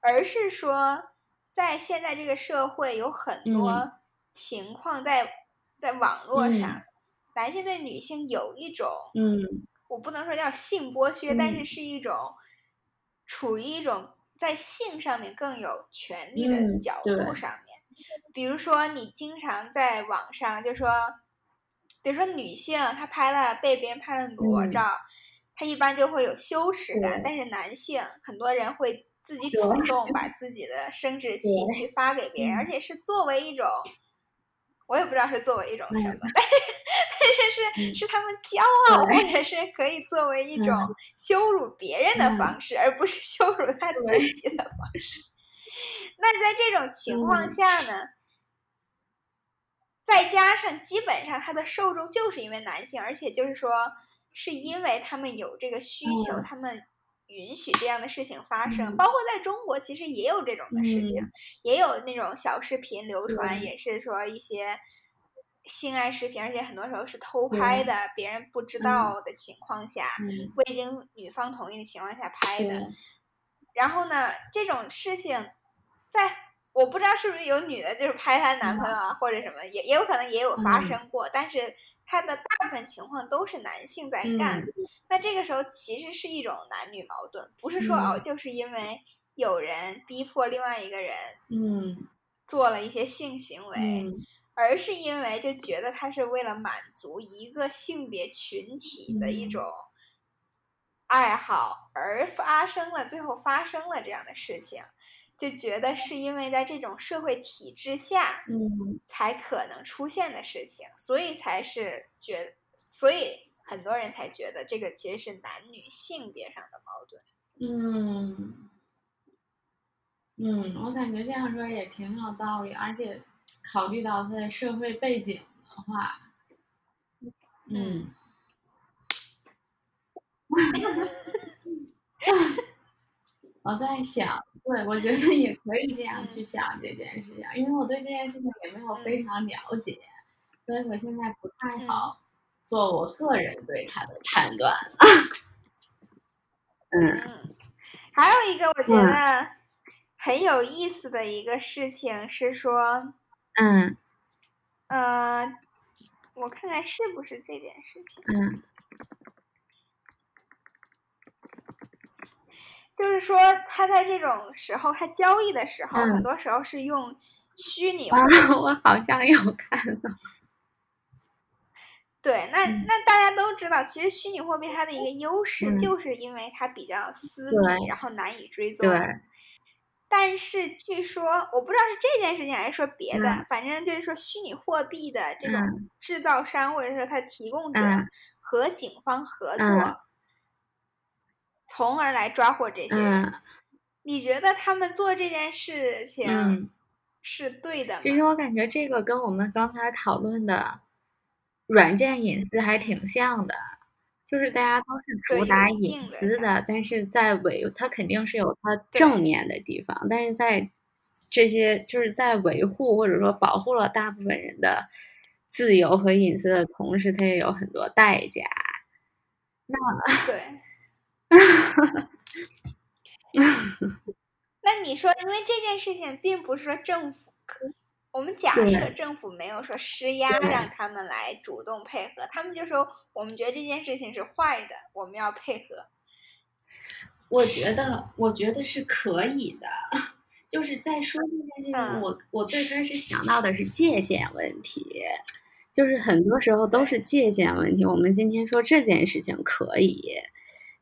Speaker 2: 而是说在现在这个社会有很多情况在、在网络上，
Speaker 3: 嗯
Speaker 2: 男性对女性有一种
Speaker 3: 嗯
Speaker 2: 我不能说叫性剥削，但是
Speaker 3: 嗯
Speaker 2: 是一种处于一种在性上面更有权利的
Speaker 3: 嗯
Speaker 2: 角
Speaker 3: 对
Speaker 2: 度上面。比如说，你经常在网上就说，比如说女性她拍了被别人拍了裸
Speaker 3: 嗯
Speaker 2: 照，她一般就会有羞耻感
Speaker 3: 对，
Speaker 2: 但是男性很多人会自己
Speaker 3: 对
Speaker 2: 主动
Speaker 3: *laughs*
Speaker 2: 把自己的生殖器
Speaker 3: 对
Speaker 2: 去发给别人，
Speaker 3: 嗯
Speaker 2: 而且是作为一种。我也不知道是作为一种什么，
Speaker 3: 嗯
Speaker 2: 但是但是是
Speaker 3: 嗯
Speaker 2: 是他们骄傲，
Speaker 3: 对
Speaker 2: 或者是可以作为一
Speaker 3: 嗯
Speaker 2: 种羞辱别人的
Speaker 3: 嗯
Speaker 2: 方式，而不是羞辱他自
Speaker 3: 对
Speaker 2: 己的方式。那在这种情况
Speaker 3: 嗯
Speaker 2: 下呢，再加上基本上他的受众就是因为男性，而且就是说是因为他们有这个需求，他们允许这样的事情发生。
Speaker 3: 嗯
Speaker 2: 包括在中国，其实也有这种的事情，也有那种小视频流传，
Speaker 3: 对
Speaker 2: 也是说一些。性爱视频，而且很多时候是偷拍
Speaker 3: 对
Speaker 2: 的，别人不知
Speaker 3: 嗯
Speaker 2: 道的情况下，
Speaker 3: 嗯，
Speaker 2: 未经女方同意的情况下拍的
Speaker 3: 对。
Speaker 2: 然后呢，这种事情在我不知道是不是有女的，就是拍她男朋友啊，或者什么，也也有可能也有发
Speaker 3: 嗯
Speaker 2: 生过，但是她的大部分情况都是男性在干。
Speaker 3: 嗯
Speaker 2: 那这个时候其实是一种男女矛盾，不是说、哦，
Speaker 3: 嗯
Speaker 2: 就是因为有人逼迫另外一个人
Speaker 3: 嗯
Speaker 2: 做了一些性行为，
Speaker 3: 嗯
Speaker 2: 而是因为就觉得他是为了满足一个性别群体的一
Speaker 3: 嗯
Speaker 2: 种爱好而发生了，最后发生了这样的事情，就觉得是因为在这种社会体制下
Speaker 3: 嗯
Speaker 2: 才可能出现的事情，所以才是觉，所以很多人才觉得这个其实是男女性别上的矛盾。
Speaker 3: 嗯嗯，我感觉这样说也挺有道理，而且考虑到他的社会背景的话，嗯， *laughs* 我在想，对，我觉得也可以这样去想这件事情，因为我对这件事情也没有非常了解，所以我现在不太好做我个人对他的判断。嗯
Speaker 2: 嗯，还有一个我觉
Speaker 3: 嗯
Speaker 2: 得很有意思的一个事情是说，
Speaker 3: 嗯
Speaker 2: 呃，我看看是不是这件事情，
Speaker 3: 嗯
Speaker 2: 就是说他在这种时候，他交易的时候，很
Speaker 3: 嗯
Speaker 2: 多时候是用虚拟货
Speaker 3: 啊
Speaker 2: 币。，
Speaker 3: *laughs* 我好像有看到，
Speaker 2: 对，那
Speaker 3: 嗯
Speaker 2: 那大家都知道，其实虚拟货币它的一个优势
Speaker 3: 嗯
Speaker 2: 就是因为它比较私
Speaker 3: 对
Speaker 2: 密，然后难以追踪。
Speaker 3: 对，
Speaker 2: 但是据说，我不知道是这件事情还是说别的，
Speaker 3: 嗯
Speaker 2: 反正就是说虚拟货币的这种
Speaker 3: 嗯
Speaker 2: 制造商或者说它提供者
Speaker 3: 嗯
Speaker 2: 和警方合作，
Speaker 3: 嗯
Speaker 2: 从而来抓获这些人。
Speaker 3: 嗯
Speaker 2: 你觉得他们做这件事情
Speaker 3: 嗯。
Speaker 2: 是对的吗？
Speaker 3: 其实我感觉这个跟我们刚才讨论的软件隐私还挺像的，就是大家都是
Speaker 2: 对
Speaker 3: 主
Speaker 2: 有
Speaker 3: 打
Speaker 2: 一定
Speaker 3: 隐
Speaker 2: 的
Speaker 3: 私
Speaker 2: 像
Speaker 3: 的，但是在维它肯定是有它
Speaker 2: 对
Speaker 3: 正面的地方，但是在这些就是在维护或者说保护了大部分人的自由和隐私的同时，它也有很多代价。 *laughs*
Speaker 2: 对。那你说，因为这件事情并不是说政府可，我们假
Speaker 3: 对
Speaker 2: 设政府没有说施压
Speaker 3: 对
Speaker 2: 让他们来主动配合，他们就说我们觉得这件事情是坏的，我们要配合。
Speaker 3: 我觉得，我觉得是可以的。 *laughs* 就是在说这件事情，
Speaker 2: 嗯
Speaker 3: 我我最开始想到的是界限问题，就是很多时候都是界限问题。我们今天说这件事情可以，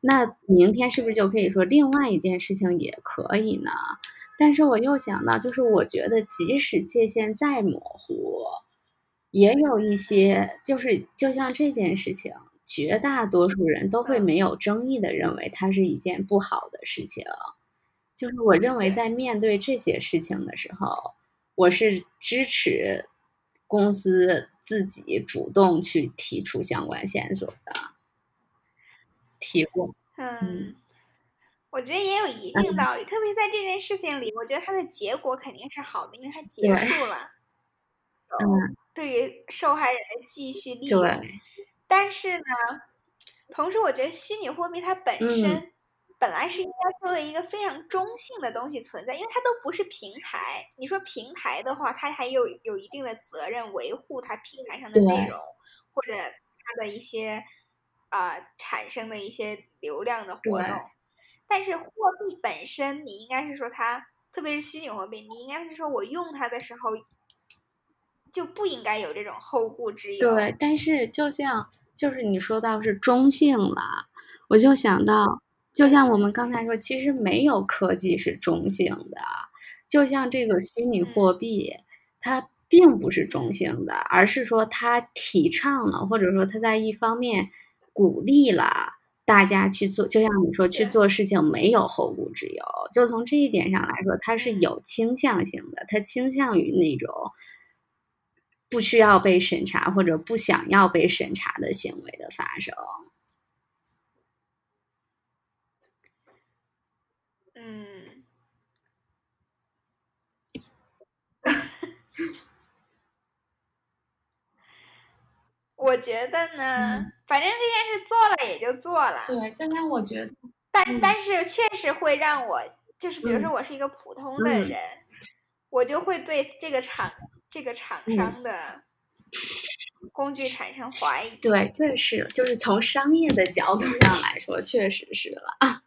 Speaker 3: 那明天是不是就可以说另外一件事情也可以呢？但是我又想到，就是我觉得即使界限再模糊，也有一些，就是就像这件事情，绝大多数人都会没有争议的认为它是一件不好的事情。就是我认为在面对这些事情的时候，我是支持公司自己主动去提出相关线索的。提供，
Speaker 2: 嗯，我觉得也有一定道理，特别在这件事情里，我觉得它的结果肯定是好的，因为它结束了。
Speaker 3: 嗯，
Speaker 2: 对于受害人的继续利用。
Speaker 3: 对，
Speaker 2: 但是呢，同时我觉得虚拟货币它本身、
Speaker 3: 嗯
Speaker 2: 本来是应该作为一个非常中性的东西存在，因为它都不是平台。你说平台的话，它还有有一定的责任维护它平台上的内
Speaker 3: 对
Speaker 2: 容，或者它的一些啊、呃产生的一些流量的活
Speaker 3: 对
Speaker 2: 动。但是货币本身，你应该是说它，特别是虚拟货币，你应该是说我用它的时候就不应该有这种后顾之忧。
Speaker 3: 对，但是就像就是你说到是中性了，我就想到，就像我们刚才说，其实没有科技是中性的，就像这个虚拟货币，它并不是中性的，而是说它提倡了，或者说它在一方面鼓励了。大家去做，就像你说去
Speaker 2: 对
Speaker 3: 做事情没有后顾之忧，就从这一点上来说，它
Speaker 4: 嗯
Speaker 3: 是有倾向性的，它倾向于那种不需要被审查或者不想要被审查的行为的发生。
Speaker 2: 嗯， *laughs* 我觉得呢，
Speaker 4: 嗯
Speaker 2: 反正这件事做了也就做了，
Speaker 4: 对，就像我觉得，
Speaker 2: 但
Speaker 4: 嗯
Speaker 2: 但是确实会让我，就是比如
Speaker 3: 嗯
Speaker 2: 说我是一个普通的
Speaker 3: 嗯
Speaker 2: 人，我就会对这个厂这个厂
Speaker 3: 嗯
Speaker 2: 商的工具产生怀疑。
Speaker 3: 对，这是就是从商业的角度上来说，确实是了。 *laughs*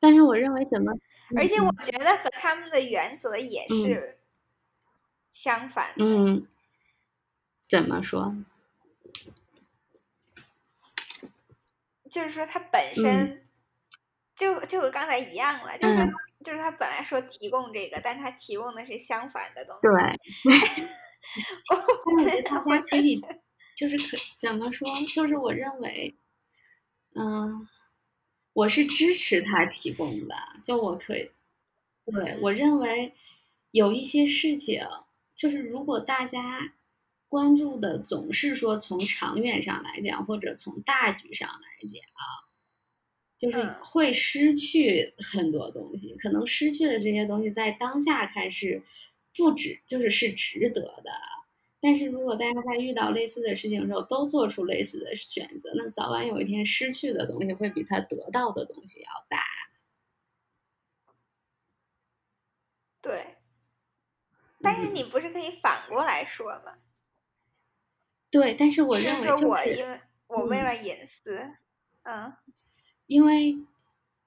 Speaker 3: 但是我认为怎么，
Speaker 2: 而且
Speaker 3: 嗯
Speaker 2: 我觉得和他们的原则也
Speaker 3: 嗯
Speaker 2: 是相反的。
Speaker 3: 嗯，怎么说？
Speaker 2: 就是说它本
Speaker 3: 嗯
Speaker 2: 身、就就和刚才一样了，就是、
Speaker 3: 嗯
Speaker 2: 就是它本来说提供这个，但它提供的是相反的东西。
Speaker 3: 对，
Speaker 2: 我
Speaker 3: *laughs* 但我觉得大
Speaker 2: 我
Speaker 3: 家可以
Speaker 2: 觉得
Speaker 3: 就是可怎么说？就是我认为，嗯、我是支持他提供的，就我可以，对我认为有一些事情，就是如果大家关注的总是说从长远上来讲，或者从大局上来讲。就是
Speaker 2: 嗯
Speaker 3: 会失去很多东西，可能失去的这些东西在当下看是不值，就是是值得的。但是如果大家在遇到类似的事情的时候，都做出类似的选择，那早晚有一天失去的东西会比他得到的东西要大。
Speaker 2: 对，但是
Speaker 3: 嗯
Speaker 2: 你不是可以反过来说吗？
Speaker 3: 对，但是我
Speaker 2: 就
Speaker 3: 认
Speaker 2: 是
Speaker 3: 为
Speaker 2: 说
Speaker 3: 就
Speaker 2: 我
Speaker 3: 是
Speaker 2: 因为我为
Speaker 3: 嗯
Speaker 2: 了隐私，嗯，
Speaker 3: 因为，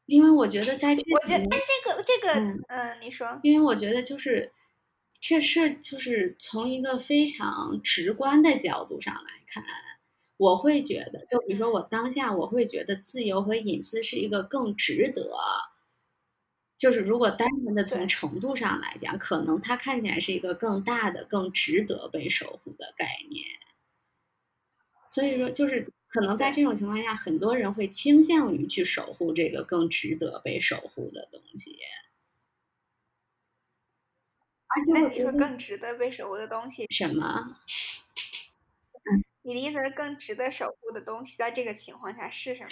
Speaker 3: 因为我觉得在这
Speaker 2: 我觉
Speaker 3: 里
Speaker 2: 得但这个这个，
Speaker 3: 嗯
Speaker 2: 嗯、你说，
Speaker 3: 因为我觉得就是这事，就是从一个非常直观的角度上来看，我会觉得，就比如说我当下，我会觉得自由和隐私是一个更值得。就是如果单纯的
Speaker 2: 对
Speaker 3: 从程度上来讲，可能它看起来是一个更大的、更值得被守护的概念。所以说，就是可能在这种情况下，很多人会倾向于去守护这个更值得被守护的东西。而且
Speaker 2: 那
Speaker 3: 我
Speaker 2: 哎你
Speaker 3: 觉
Speaker 2: 说
Speaker 3: 得
Speaker 2: 更值得被守护的东西，
Speaker 3: 什么？
Speaker 2: 你的意思是更值得守护的东西，在这个情况下是什么？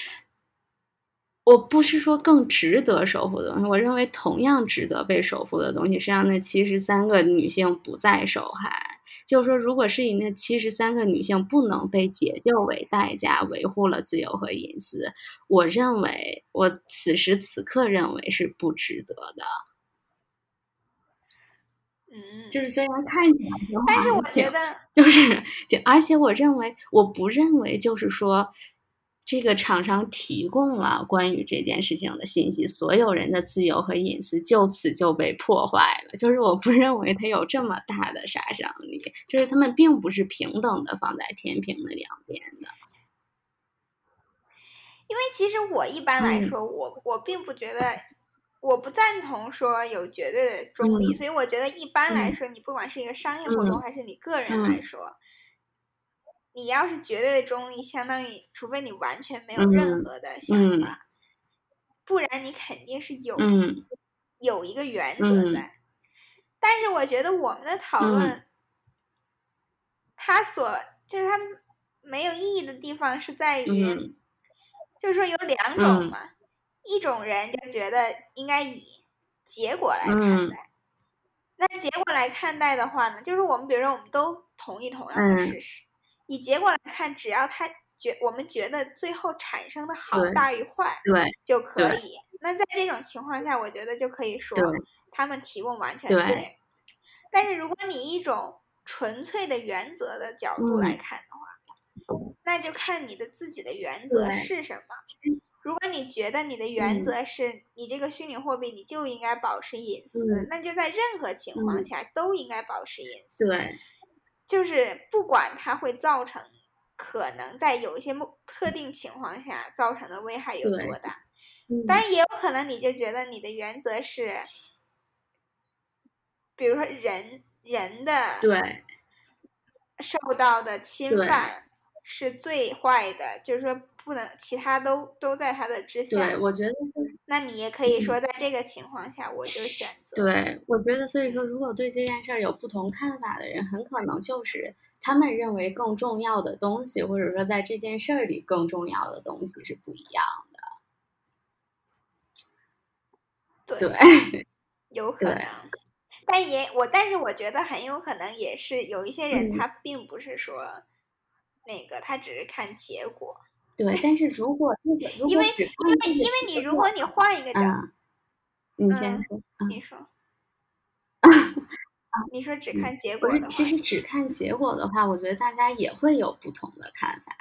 Speaker 3: 我不是说更值得守护的东西，我认为同样值得被守护的东西是让那七十三个女性不再受害。就是说，如果是以那七十三个女性不能被解救为代价，维护了自由和隐私，我认为我此时此刻认为是不值得的。
Speaker 2: 嗯，
Speaker 3: 就是虽然看起来挺好，
Speaker 2: 但是我
Speaker 3: 挺
Speaker 2: 觉得，
Speaker 3: *laughs* 就是，就而且我认为，我不认为就是说，这个厂商提供了关于这件事情的信息，所有人的自由和隐私就此就被破坏了。就是我不认为它有这么大的杀伤力，就是他们并不是平等的放在天平的两边的。
Speaker 2: 因为其实我一般来
Speaker 3: 嗯
Speaker 2: 说，我我并不觉得，我不赞同说有绝对的中立，
Speaker 3: 嗯
Speaker 2: 所以我觉得一般来
Speaker 3: 嗯
Speaker 2: 说，你不管是一个商业活动还是你个人来说，你要是绝对的中立，相当于除非你完全没有
Speaker 3: 嗯
Speaker 2: 任何的想
Speaker 3: 嗯
Speaker 2: 法，不然你肯定是有、
Speaker 3: 嗯
Speaker 2: 有一个原则
Speaker 3: 嗯
Speaker 2: 在。但是我觉得我们的讨
Speaker 3: 嗯
Speaker 2: 论，它所就是它没有意义的地方是在于，
Speaker 3: 嗯
Speaker 2: 就是说有两种
Speaker 3: 嗯
Speaker 2: 嘛，一种人就觉得应该以结果来看
Speaker 3: 嗯
Speaker 2: 待。那结果来看待的话呢，就是我们比如说我们都同意同样的
Speaker 3: 嗯
Speaker 2: 事实，以结果来看，只要他觉我们觉得最后产生的好
Speaker 3: 对
Speaker 2: 大于坏
Speaker 3: 对
Speaker 2: 就可
Speaker 3: 对
Speaker 2: 以。那在这种情况下，我觉得就可以说
Speaker 3: 对
Speaker 2: 他们提供完全
Speaker 3: 对
Speaker 2: 但是如果你一种纯粹的原则的角度
Speaker 3: 嗯
Speaker 2: 来看的话，那就看你的自己的原则
Speaker 5: 对
Speaker 2: 是什么。如果你觉得你的原
Speaker 3: 嗯
Speaker 2: 则是你这个虚拟货币你就应该保持隐私，
Speaker 3: 嗯
Speaker 2: 那就在任何情况
Speaker 3: 嗯
Speaker 2: 下都应该保持隐私，
Speaker 3: 对
Speaker 2: 就是不管它会造成可能在有一些目特定情况下造成的危害有
Speaker 3: 对
Speaker 2: 多大。
Speaker 3: 嗯
Speaker 2: 当然也有可能你就觉得你的原则是，比如说人人的
Speaker 3: 对
Speaker 2: 受到的侵
Speaker 3: 对
Speaker 2: 犯是最坏的，就是说不能其他都都在他的之下
Speaker 3: 对，。我觉得就是
Speaker 2: 那你也可以说，在这个情况下，我就选择
Speaker 3: 对，我觉得所以说，如果对这件事儿有不同看法的人，很可能就是他们认为更重要的东西，或者说在这件事儿里更重要的东西是不一样的。
Speaker 2: 对，
Speaker 3: 对， *laughs*
Speaker 2: 有可
Speaker 3: 对
Speaker 2: 能。但也我，但是我觉得很有可能也是有一些人，
Speaker 3: 嗯
Speaker 2: 他并不是说那个，他只是看结果。
Speaker 3: 对，但是如果这个，如
Speaker 2: 因
Speaker 3: 果
Speaker 2: 为
Speaker 3: 只
Speaker 2: 因
Speaker 3: 看
Speaker 2: 为
Speaker 3: 自己
Speaker 2: 因为你如果你换一个角
Speaker 3: 啊，你先
Speaker 2: 嗯
Speaker 3: 说。
Speaker 2: 你说，
Speaker 3: *laughs*
Speaker 2: 你说只
Speaker 3: 嗯
Speaker 2: 看结
Speaker 3: 不
Speaker 2: 果
Speaker 3: 是
Speaker 2: 的，话，
Speaker 3: 其实只看结果的话，我觉得大家也会有不同的看法。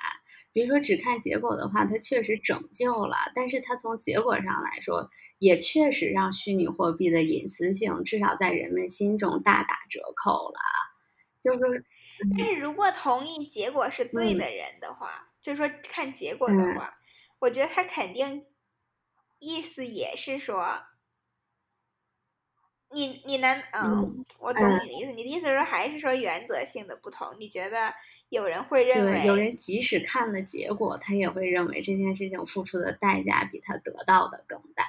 Speaker 3: 比如说，只看结果的话，它确实拯救了，但是它从结果上来说，也确实让虚拟货币的隐私性至少在人们心中大打折扣了。就是，
Speaker 2: 但是如果同意结果是对
Speaker 3: 嗯
Speaker 2: 的人的话，就是说看结果的
Speaker 3: 嗯
Speaker 2: 话，我觉得他肯定意思也是说，你你难，嗯
Speaker 3: 嗯，
Speaker 2: 我懂
Speaker 3: 嗯
Speaker 2: 你的意思。你的意思是说还是说原则性的不同？你觉得有人会认
Speaker 3: 对，有
Speaker 2: 为，
Speaker 3: 人即使看了结果，他也会认为这件事情付出的代价比他得到的更大。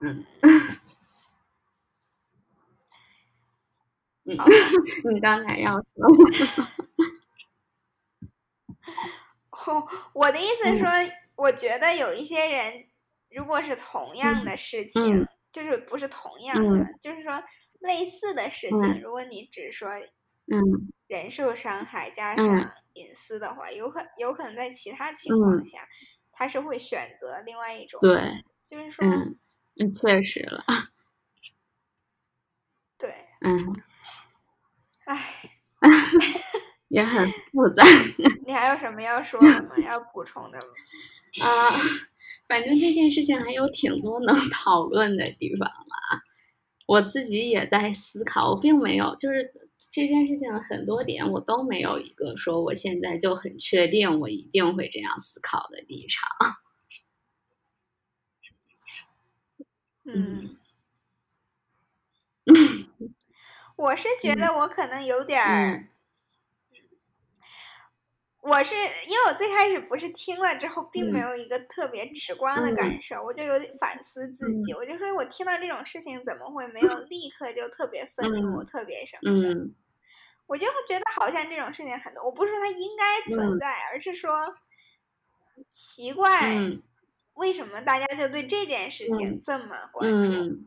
Speaker 3: 嗯， *laughs* 嗯
Speaker 2: 好吧
Speaker 3: *laughs* 你刚才要说，
Speaker 2: 哦，我的意思是
Speaker 3: 嗯
Speaker 2: 说，我觉得有一些人，如果是同样
Speaker 3: 嗯
Speaker 2: 的事情，
Speaker 3: 嗯
Speaker 2: 就是不是同样的，就是说类似的事情，
Speaker 3: 嗯
Speaker 2: 如果你只说
Speaker 3: 嗯
Speaker 2: 人受伤害加
Speaker 3: 嗯
Speaker 2: 上隐私的话，有可有可能在其他情况
Speaker 3: 嗯
Speaker 2: 下，他是会选择另外一种，
Speaker 3: 对，
Speaker 2: 就是说，
Speaker 3: 嗯，嗯确实了， *laughs*
Speaker 2: 对，
Speaker 3: 嗯，
Speaker 2: 哎，
Speaker 3: *laughs* 也很复杂。
Speaker 2: 你还有什么要说的吗？要补充的吗？
Speaker 3: 啊，反正这件事情还有挺多能 *laughs* 讨论的地方啊。我自己也在思考，我并没有就是这件事情很多点我都没有一个说我现在就很确定我一定会这样思考的立场。嗯
Speaker 2: 嗯，
Speaker 3: *laughs*
Speaker 2: 我是觉
Speaker 3: 嗯
Speaker 2: 得我可能有点儿。
Speaker 3: 嗯
Speaker 2: 我是因为我最开始不是听了之后，并没
Speaker 3: 嗯
Speaker 2: 有一个特别直观的感
Speaker 3: 嗯
Speaker 2: 受，我就有点反思自己。我就说，我听到这种事情怎么会没有立刻就特别愤怒，
Speaker 3: 嗯
Speaker 2: 特别什么的？
Speaker 3: 嗯
Speaker 2: 我就觉得好像这种事情很多，我不是说它应该存
Speaker 3: 嗯
Speaker 2: 在，而是说奇怪，
Speaker 3: 嗯
Speaker 2: 为什么大家就对这件事情
Speaker 3: 嗯
Speaker 2: 这么关注？
Speaker 3: 嗯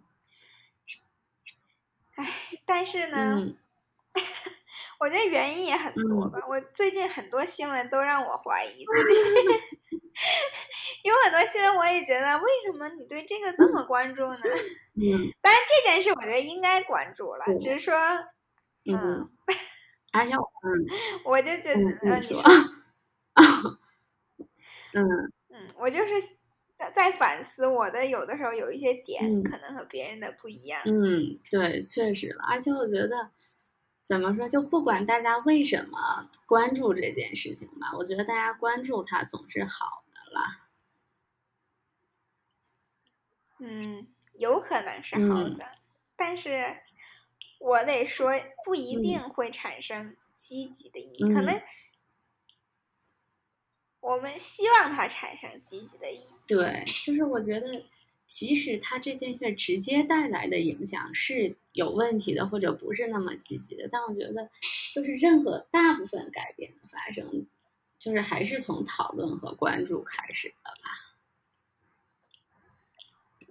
Speaker 2: 但是呢，
Speaker 3: 嗯
Speaker 2: 我觉得原因也很多
Speaker 3: 嗯
Speaker 2: 吧。我最近很多新闻都让我怀疑自己，
Speaker 3: *laughs*
Speaker 2: *laughs* 有很多新闻我也觉得，为什么你对这个这么关注呢？
Speaker 3: 嗯
Speaker 2: 当然这件事我觉得应该关注了，只
Speaker 3: 对
Speaker 2: 是说，嗯
Speaker 3: 嗯，，而且我嗯
Speaker 2: 我就觉得，
Speaker 3: 嗯
Speaker 2: 呃，
Speaker 3: 你
Speaker 2: 你
Speaker 3: 说
Speaker 2: 说，
Speaker 3: *laughs* 嗯
Speaker 2: 嗯，我就是在在反思我的有的时候有一些点
Speaker 3: 嗯。
Speaker 2: 可能和别人的不一样，
Speaker 3: 嗯，对，确实了，而且我觉得，怎么说，就不管大家为什么关注这件事情吧，我觉得大家关注它总是好的啦。
Speaker 2: 嗯，有可能是好
Speaker 3: 嗯
Speaker 2: 的，但是我得说不一
Speaker 3: 嗯
Speaker 2: 定会产生积极的意义，可能我们希望它产生积极的意义。
Speaker 3: 对，就是我觉得，即使它这件事直接带来的影响是有问题的，或者不是那么积极的，但我觉得，就是任何大部分改变的发生，就是还是从讨论和关注开始的吧。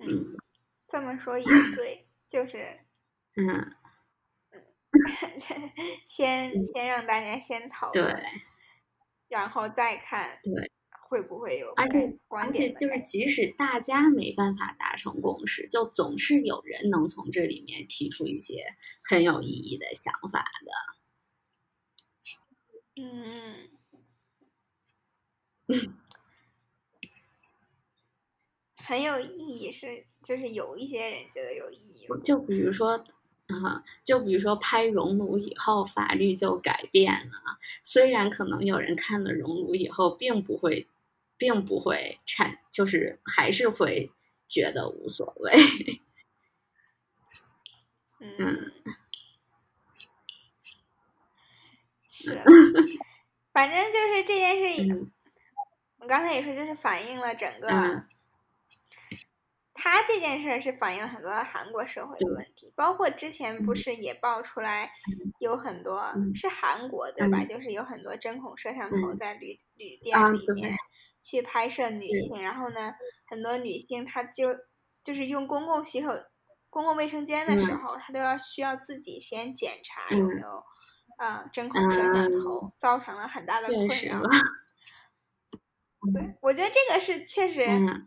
Speaker 3: 嗯
Speaker 2: 这么说也对，就是
Speaker 3: 嗯，
Speaker 2: 先先让大家先讨
Speaker 3: 对
Speaker 2: 论，然后再看
Speaker 3: 对，
Speaker 2: 会不会有
Speaker 3: 而
Speaker 2: 改
Speaker 3: 且
Speaker 2: 观
Speaker 3: 而且
Speaker 2: 点的
Speaker 3: 就是，
Speaker 2: 改
Speaker 3: 即使大家没办法达成共识，就总是有人能从这里面提出一些很有意义的想法的。
Speaker 2: 嗯
Speaker 3: *laughs*
Speaker 2: 嗯，很有意义是，就是有一些人觉得有意义吗，
Speaker 3: 就比如说，啊、就比如说拍《熔炉》以后，法律就改变了。虽然可能有人看了《熔炉》以后，并不会，并不会产，就是还是会觉得无所谓。
Speaker 2: 嗯，是
Speaker 3: *laughs*
Speaker 2: 啊，反正就是这件事，
Speaker 3: 嗯
Speaker 2: 我刚才也说，就是反映了整个
Speaker 3: 嗯，
Speaker 2: 他这件事儿是反映了很多韩国社会的
Speaker 3: 对
Speaker 2: 问题，包括之前不
Speaker 3: 嗯
Speaker 2: 是也爆出来有很多、
Speaker 3: 嗯
Speaker 2: 是韩国对吧？
Speaker 3: 嗯
Speaker 2: 就是有很多针孔摄像头
Speaker 3: 嗯
Speaker 2: 在旅、旅
Speaker 3: 啊
Speaker 2: 店里
Speaker 3: 对
Speaker 2: 面去拍摄女
Speaker 3: 对
Speaker 2: 性，然后呢，很多女性她就就是用公共洗手、公共卫生间的时
Speaker 3: 嗯
Speaker 2: 候，她都要需要自己先检查有没
Speaker 3: 嗯
Speaker 2: 有呃针孔摄像
Speaker 3: 嗯
Speaker 2: 头，造成了很大的
Speaker 3: 确
Speaker 2: 困
Speaker 3: 实
Speaker 2: 扰。
Speaker 3: 了，
Speaker 2: 对，我觉得这个是确实。
Speaker 3: 嗯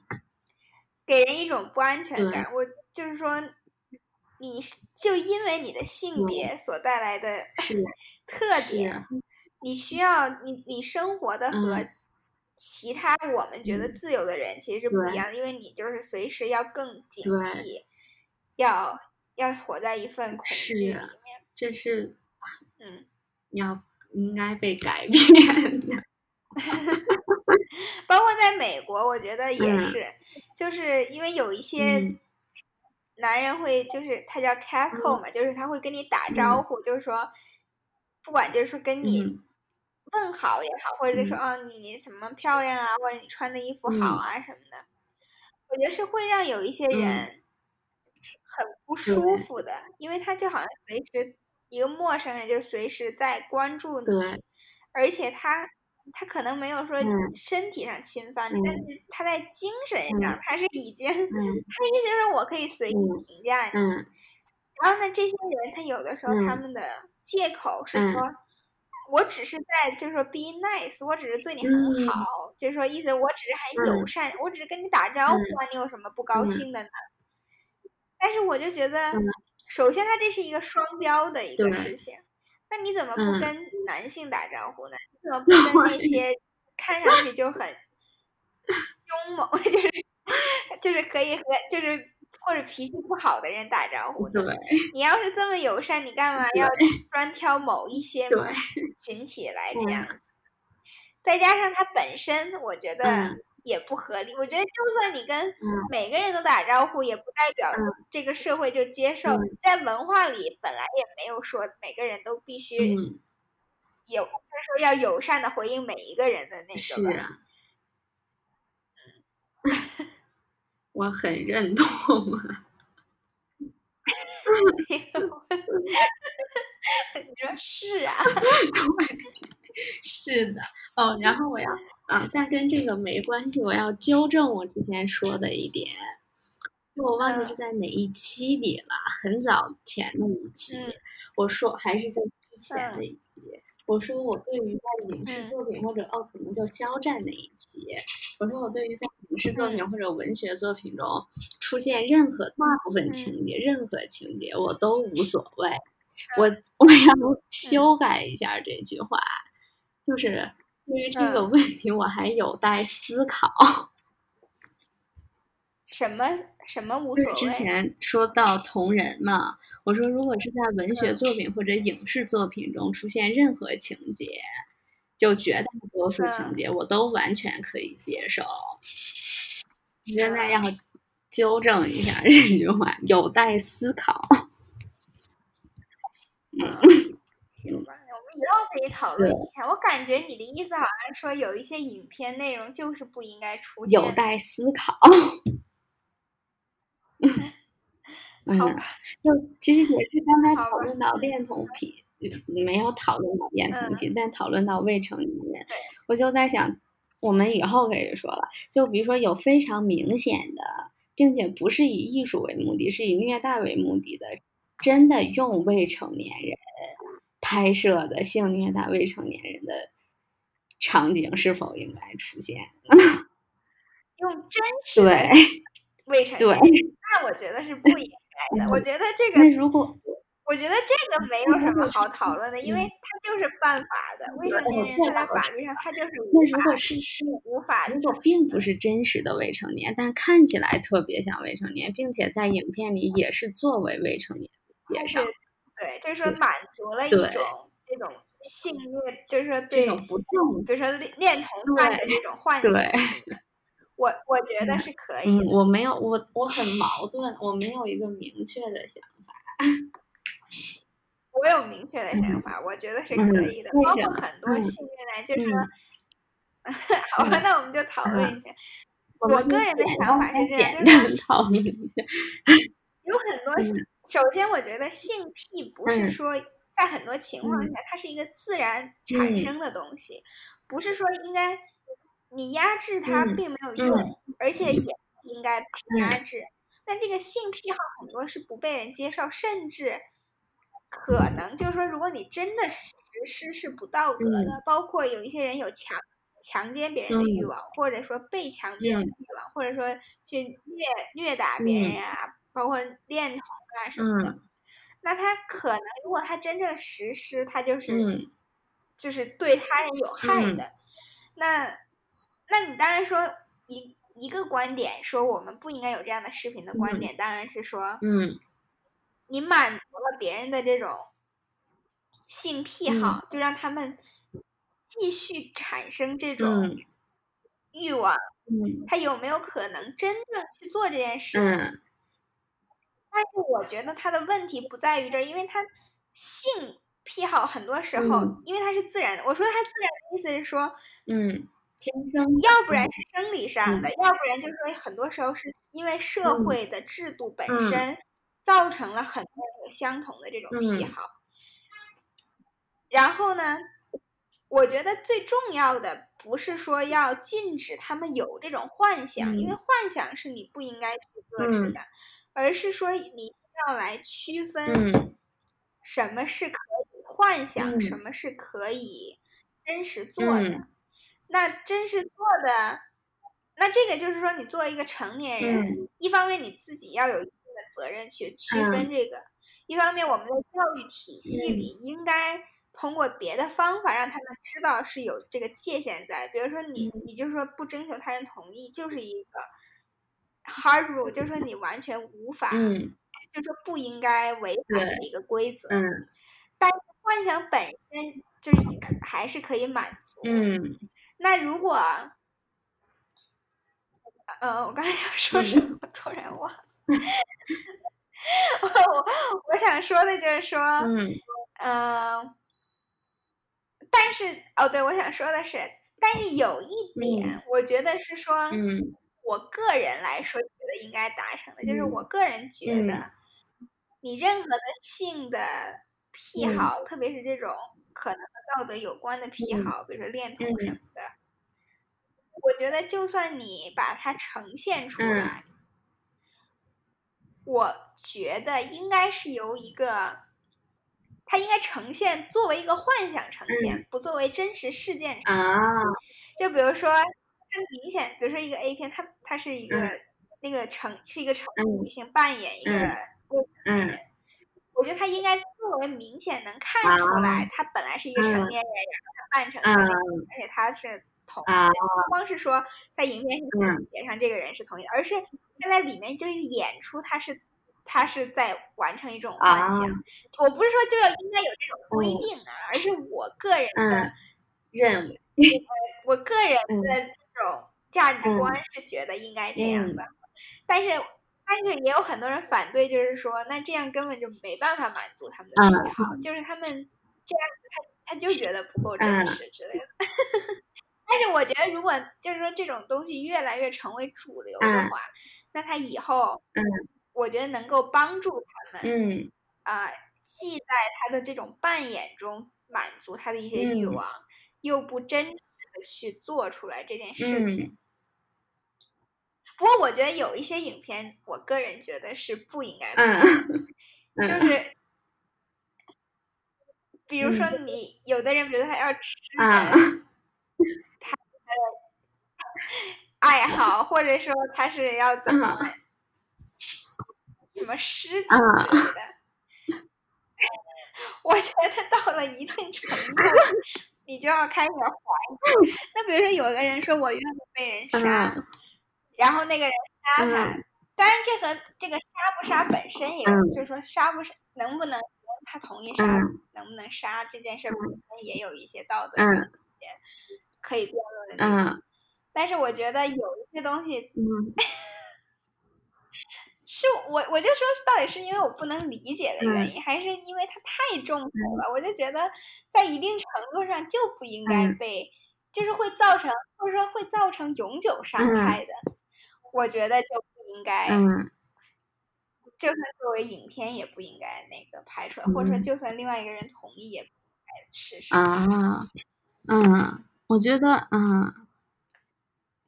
Speaker 2: 给人一种不安全
Speaker 3: 对
Speaker 2: 感。我就是说，你是就因为你的性
Speaker 3: 嗯
Speaker 2: 别所带来的
Speaker 3: 是
Speaker 2: *laughs* 特
Speaker 3: 是
Speaker 2: 点，你需要你你生活的和
Speaker 3: 嗯
Speaker 2: 其他我们觉得
Speaker 3: 嗯
Speaker 2: 自由的人其实是不一
Speaker 3: 对
Speaker 2: 样的，因为你就是随时要更警
Speaker 3: 对
Speaker 2: 惕，要要活在一份恐惧
Speaker 3: 是啊
Speaker 2: 里面。
Speaker 3: 这是
Speaker 2: 嗯，
Speaker 3: 要应该被改变的，
Speaker 2: 包括在美国，我觉得也
Speaker 3: 嗯
Speaker 2: 是，就是因为有一些
Speaker 3: 嗯
Speaker 2: 男人会就是他叫 cackle 嘛，就是他会跟你打招呼，就是说，不管就是说跟你
Speaker 3: 嗯
Speaker 2: 问好也好，或者是说哦你你什么漂亮啊，或者你穿的衣服好
Speaker 3: 嗯
Speaker 2: 啊什么的，我觉得是会让有一些
Speaker 3: 嗯
Speaker 2: 人很不舒服的，因为他就好像随时一个陌生人就随时在关注你，
Speaker 3: 对
Speaker 2: 而且他他可能没有说
Speaker 3: 嗯
Speaker 2: 身体上侵犯你，但
Speaker 3: 嗯
Speaker 2: 是他在精神上
Speaker 3: 嗯
Speaker 2: 他是已经，他 *laughs* 的意思
Speaker 3: 嗯
Speaker 2: 就是我可以随意
Speaker 3: 嗯
Speaker 2: 评价你。
Speaker 3: 嗯
Speaker 2: 然后呢，这些人他有的时候他
Speaker 3: 嗯
Speaker 2: 们的借口是
Speaker 3: 嗯
Speaker 2: 说，我只是在就是说 be nice，我只是对你很
Speaker 3: 嗯
Speaker 2: 好，就是说意思我只是很友
Speaker 3: 嗯
Speaker 2: 善，我只是跟你打招呼啊，你有什么不高
Speaker 3: 嗯
Speaker 2: 兴的呢？但是我就觉得
Speaker 3: 嗯，
Speaker 2: 首先它这是一个双标的一个
Speaker 3: 对
Speaker 2: 事情，那你怎么不
Speaker 3: 嗯
Speaker 2: 跟男性打招呼呢？你怎么不
Speaker 3: *laughs*
Speaker 2: 跟那些看上去就很凶猛， *laughs* 就是就是可以和就是或者脾气不好的人打招呼呢？
Speaker 3: 对
Speaker 2: 你要是这么友善，你干嘛
Speaker 3: 对
Speaker 2: 要专挑某一些
Speaker 3: 对
Speaker 2: *laughs* 群体来这
Speaker 3: 嗯
Speaker 2: 样子？再加上它本身，我觉得
Speaker 3: 嗯
Speaker 2: 也不合理。我觉得就算你跟
Speaker 3: 嗯
Speaker 2: 每个人都打招呼，也不代表
Speaker 3: 嗯
Speaker 2: 这个社会就接受。
Speaker 3: 嗯
Speaker 2: 在文化里本来也没有说每个人都必须
Speaker 3: 嗯
Speaker 2: 有，就是说要友善的回应每一个人的那个
Speaker 3: 是
Speaker 2: 吧。
Speaker 3: 啊， *laughs* 我很认同啊，
Speaker 2: 你说是啊，
Speaker 3: 对。是的，哦，然后我要，啊，但跟这个没关系，我要纠正我之前说的一点，就我忘记
Speaker 2: 嗯
Speaker 3: 是在哪一期里了，很早前的一期，
Speaker 2: 嗯
Speaker 3: 我说还是在之前
Speaker 2: 嗯
Speaker 3: 的一期，我说我对于在影视
Speaker 2: 嗯
Speaker 3: 作品或者哦，可能就肖战那一期，我说我对于在影视作品
Speaker 2: 嗯
Speaker 3: 或者文学作品中出现任何大部分
Speaker 2: 嗯
Speaker 3: 情节，任何情节我都无所谓，我我要
Speaker 2: 嗯
Speaker 3: 修改一下这句话。就是对于这个
Speaker 2: 嗯，
Speaker 3: 问题，我还有待思考。
Speaker 2: 什么什么无
Speaker 3: 就是
Speaker 2: 所
Speaker 3: 之
Speaker 2: 谓？
Speaker 3: 前说到同人嘛，我说如果是在文学
Speaker 2: 嗯
Speaker 3: 作品或者影视作品中出现任何情节，就绝大多数情
Speaker 2: 嗯
Speaker 3: 节我都完全可以接受。现在要
Speaker 2: 嗯，
Speaker 3: 纠正一下这句话，有待思考。 *laughs*
Speaker 2: 嗯，
Speaker 3: 嗯
Speaker 2: 行吧，我们以后可可以讨论
Speaker 3: 对
Speaker 2: 一下。我感觉你的意思好像是说，有一些影片内容就是不应该出现
Speaker 3: 有
Speaker 2: 的。
Speaker 3: 待思考。
Speaker 2: *laughs* 好
Speaker 3: 嗯
Speaker 2: 吧，
Speaker 3: 就其实也是刚才
Speaker 2: 好
Speaker 3: 讨
Speaker 2: 吧
Speaker 3: 论到恋童癖，嗯没有讨论到恋
Speaker 2: 嗯
Speaker 3: 童癖，但讨论到未成年人，我就在想，我们以后可以说了，就比如说有非常明显的，并且不是以艺术为目的，是以虐待为目的的，真的用未成年人拍摄的性虐待未成年人的场景，是否应该出现？
Speaker 2: 用真实的
Speaker 3: 对
Speaker 2: 未成
Speaker 3: 对嗯
Speaker 2: 年，，那我觉得是不应该
Speaker 3: *laughs*
Speaker 2: 的。我觉得这
Speaker 3: 那
Speaker 2: 个，
Speaker 3: 如果
Speaker 2: 我觉得这个没有什么好讨论的，因为
Speaker 3: 嗯
Speaker 2: 它就是犯法的。未成
Speaker 3: 对
Speaker 2: 年人
Speaker 3: 这
Speaker 2: 他在
Speaker 3: 倒
Speaker 2: 法律上他就是无
Speaker 3: 那如
Speaker 2: 法
Speaker 3: 果是是
Speaker 2: 无法
Speaker 3: 如果并不是真实的未成年，但看起来特别像未成年，并且在影片里也是作为未成年介
Speaker 2: 是
Speaker 3: 绍，
Speaker 2: 对，就是说满足了一
Speaker 3: 对
Speaker 2: 种这种性虐，就是说
Speaker 3: 这
Speaker 2: 对，
Speaker 3: 种不正
Speaker 2: 比如说恋恋童犯的这种幻想
Speaker 3: 对
Speaker 2: 什么的，我我觉得
Speaker 3: 嗯
Speaker 2: 是可以
Speaker 3: 嗯，
Speaker 2: 的。
Speaker 3: 我没有，我我很矛盾，我没有一个明确的想法。
Speaker 2: 我有明确的想
Speaker 3: 嗯
Speaker 2: 法，我觉得是
Speaker 3: 嗯
Speaker 2: 可以的。
Speaker 3: 为
Speaker 2: 包
Speaker 3: 什
Speaker 2: 括
Speaker 3: 么
Speaker 2: 很多
Speaker 3: 嗯
Speaker 2: 性虐待，就是
Speaker 3: 嗯，
Speaker 2: *laughs* 好吧，那我们就讨论
Speaker 3: 嗯
Speaker 2: 一下。
Speaker 3: 我
Speaker 2: 我
Speaker 3: 们就
Speaker 2: 个人的
Speaker 3: 简
Speaker 2: 想
Speaker 3: 单
Speaker 2: 法是这样，
Speaker 3: 简
Speaker 2: 就是说
Speaker 3: 单讨论一下。
Speaker 2: 有很多
Speaker 3: 嗯
Speaker 2: 性，首先我觉得性癖不是
Speaker 3: 嗯
Speaker 2: 说在很多情况下
Speaker 3: 嗯
Speaker 2: 它是一个自然产
Speaker 3: 嗯
Speaker 2: 生的东西，不是说应该你压制它
Speaker 3: 嗯
Speaker 2: 并没有
Speaker 3: 嗯
Speaker 2: 用，而且也不应该被
Speaker 3: 嗯
Speaker 2: 压制。但这个性癖好很多是不被人接受，甚至可能就是说，如果你真的实施是不道德
Speaker 3: 嗯
Speaker 2: 的，包括有一些人有强强奸别人的欲
Speaker 3: 嗯
Speaker 2: 望，或者说被强奸的
Speaker 3: 嗯
Speaker 2: 欲望，或者说去虐虐打别人
Speaker 3: 嗯
Speaker 2: 呀、包括恋童啊什么的。
Speaker 3: 嗯
Speaker 2: 那他可能，如果他真正实施，他就是
Speaker 3: 嗯
Speaker 2: 就是对他人有害
Speaker 3: 嗯
Speaker 2: 的。那，那你当然说一一个观点，说我们不应该有这样的视频的观
Speaker 3: 嗯
Speaker 2: 点，当然是说
Speaker 3: 嗯
Speaker 2: 你满足了别人的这种性癖
Speaker 3: 嗯
Speaker 2: 好，就让他们继续产生这种
Speaker 3: 嗯
Speaker 2: 欲望，
Speaker 3: 嗯
Speaker 2: 他有没有可能真正去做这件事呢？
Speaker 3: 嗯
Speaker 2: 但是我觉得他的问题不在于这儿，因为他性癖好很多时候，
Speaker 3: 嗯
Speaker 2: 因为它是自然的。我说它自然的意思是说，
Speaker 3: 嗯，天生的
Speaker 2: 要不然
Speaker 3: 嗯
Speaker 2: 是生理上
Speaker 3: 嗯
Speaker 2: 的，要不然就是说很多时候是因为社
Speaker 3: 嗯
Speaker 2: 会的制度本
Speaker 3: 嗯
Speaker 2: 身造成了很多人有相同的这种癖
Speaker 3: 嗯
Speaker 2: 好。然后呢，我觉得最重要的不是说要禁止他们有这种幻想，因为
Speaker 3: 嗯
Speaker 2: 幻想是你不应该去遏制
Speaker 3: 嗯
Speaker 2: 的，而是说你要来区分
Speaker 3: 嗯
Speaker 2: 什么是可以幻想，什
Speaker 3: 嗯
Speaker 2: 么是可以真实做的。
Speaker 3: 嗯
Speaker 2: 那真实做的，那这个就是说，你作为一个成年人，
Speaker 3: 嗯
Speaker 2: 一方面你自己要有一定的责任去区分
Speaker 3: 嗯
Speaker 2: 这个，一方面我们的教育体系
Speaker 3: 嗯
Speaker 2: 里应该通过别的方法让他们知道是有这个界限在，比如说你，
Speaker 3: 嗯
Speaker 2: 你就说不征求他人同意，就是一个 hard rule，就是说你完全无法，
Speaker 3: 嗯，
Speaker 2: 就是说不应该违
Speaker 3: 对，
Speaker 2: 反的一个规则。
Speaker 3: 嗯
Speaker 2: 但是幻想本身就是一个还是可以满足。
Speaker 3: 嗯
Speaker 2: 那如果，呃，我刚才要说什
Speaker 3: 嗯
Speaker 2: 么，突然忘了。 *laughs* 我我想说的就是说，
Speaker 3: 嗯
Speaker 2: 嗯、但是哦，对，我想说的是，但是有一
Speaker 3: 嗯
Speaker 2: 点，我觉得是说，
Speaker 3: 嗯
Speaker 2: 我个人来说觉得应该达成的，就是我
Speaker 3: 嗯
Speaker 2: 个人觉
Speaker 3: 嗯
Speaker 2: 得，你任何的性的癖
Speaker 3: 嗯
Speaker 2: 好，特别是这种可能和道德有关的癖
Speaker 3: 嗯
Speaker 2: 好，比如说恋童什么
Speaker 3: 嗯
Speaker 2: 的，我觉得就算你把它呈现出
Speaker 3: 嗯
Speaker 2: 来，我觉得应该是由一个，它应该呈现作为一个幻想呈
Speaker 3: 嗯
Speaker 2: 现，不作为真实事件呈现。
Speaker 3: 啊
Speaker 2: 就比如说，它明显，比如说一个 A 片，它它是一个
Speaker 3: 嗯
Speaker 2: 那个成是一个成年女
Speaker 3: 嗯
Speaker 2: 性扮演一个
Speaker 3: 嗯
Speaker 2: 未成年
Speaker 3: 嗯
Speaker 2: 人，我觉得它应该作为明显能看
Speaker 3: 啊
Speaker 2: 出来，她本来是一个成
Speaker 3: 嗯
Speaker 2: 年人，然后她扮成一个那个，
Speaker 3: 嗯
Speaker 2: 而且她是同意
Speaker 3: 啊
Speaker 2: 的，不光是说在影片上
Speaker 3: 嗯
Speaker 2: 写上这个人是同意的，而是他在里面就是演出他是他是在完成一种幻
Speaker 3: 啊
Speaker 2: 想。我不是说就要应该有这种规
Speaker 3: 嗯
Speaker 2: 定啊，而是我个人的
Speaker 3: 嗯任务
Speaker 2: 我个人
Speaker 3: 嗯
Speaker 2: 的这种价值观
Speaker 3: 嗯
Speaker 2: 是觉得应该这样
Speaker 3: 嗯
Speaker 2: 的，但是但是也有很多人反对，就是说那这样根本就没办法满足他们的
Speaker 3: 啊
Speaker 2: 癖好，就是他们这样他就觉得不够
Speaker 3: 嗯
Speaker 2: 真实之类的。 *laughs* 但是我觉得，如果就是说这种东西越来越成为主流的
Speaker 3: 嗯
Speaker 2: 话，那他以后，
Speaker 3: 嗯，
Speaker 2: 我觉得能够帮助他们
Speaker 3: 嗯
Speaker 2: 啊、既在他的这种扮演中满足他的一些欲
Speaker 3: 嗯
Speaker 2: 望，又不真实的去做出来这件事情。
Speaker 3: 嗯
Speaker 2: 不过我觉得有一些影片，我个人觉得是不应该
Speaker 3: 嗯
Speaker 2: 拍的，
Speaker 3: 嗯 *laughs*
Speaker 2: 就是。比如说
Speaker 3: 嗯
Speaker 2: 你，有的人比如他要吃人，
Speaker 3: 啊
Speaker 2: 爱好，或者说他是要怎么、
Speaker 3: 啊
Speaker 2: 什么诗情
Speaker 3: 啊
Speaker 2: 之类的。 *laughs* 我觉得到了一定程度，你就要开始怀疑。那比如说，有个人说我愿意被人杀，
Speaker 3: 啊
Speaker 2: 然后那个人杀他，
Speaker 3: 嗯
Speaker 2: 当然这和这个杀不杀本身也有，
Speaker 3: 嗯
Speaker 2: 就是说杀不杀能不能他同意杀，
Speaker 3: 嗯
Speaker 2: 能不能杀这件事本身也有一些道德
Speaker 3: 嗯
Speaker 2: 可以辩论的地方。
Speaker 3: 嗯
Speaker 2: 但是我觉得有一些东西
Speaker 3: 嗯
Speaker 2: *laughs* 是我，我就说到底是因为我不能理解的原因，还是因为它太重口了？我就觉得在一定程度上就不应该
Speaker 3: 嗯
Speaker 2: 被，就是会造成，或者说会造成永久伤
Speaker 3: 嗯
Speaker 2: 害的，我觉得就不应该，
Speaker 3: 嗯
Speaker 2: 就算作为影片也不应该那个拍出来，或者说
Speaker 3: 嗯
Speaker 2: 就算另外一个人同意也不应该试试。
Speaker 3: 啊嗯，我觉得嗯。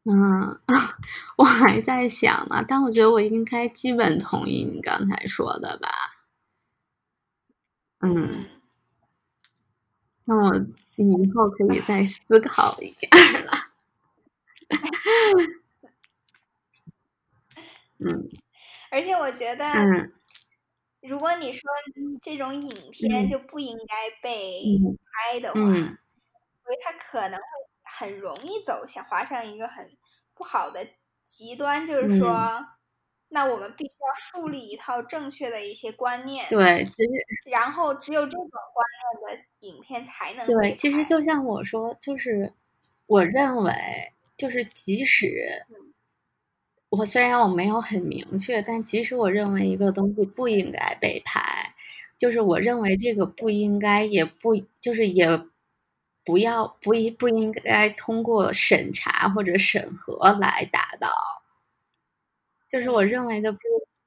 Speaker 3: 嗯， *laughs* 我还在想呢，但我觉得我应该基本同意你刚才说的吧。嗯，
Speaker 2: 嗯，
Speaker 3: 那我以后可以再思考一
Speaker 2: *laughs*
Speaker 3: 下了。嗯
Speaker 2: 而且我觉得，
Speaker 3: 嗯
Speaker 2: 如果你说这种影片
Speaker 3: 嗯
Speaker 2: 就不应该被
Speaker 3: 嗯
Speaker 2: 拍的话，
Speaker 3: 嗯
Speaker 2: 所以它可能会很容易走向滑向一个很不好的极端，就是说，
Speaker 3: 嗯
Speaker 2: 那我们必须要树立一套正确的一些观念，
Speaker 3: 对，其实
Speaker 2: 然后只有这种观念的影片才能被
Speaker 3: 对，其实
Speaker 2: 拍
Speaker 3: 就像我说，就是我认为，就是即使我虽然我没有很明确，但其实我认为一个东西不应该被拍，就是我认为这个不应该，也不就是也不要不一不应该通过审查或者审核来达到，就是我认为的不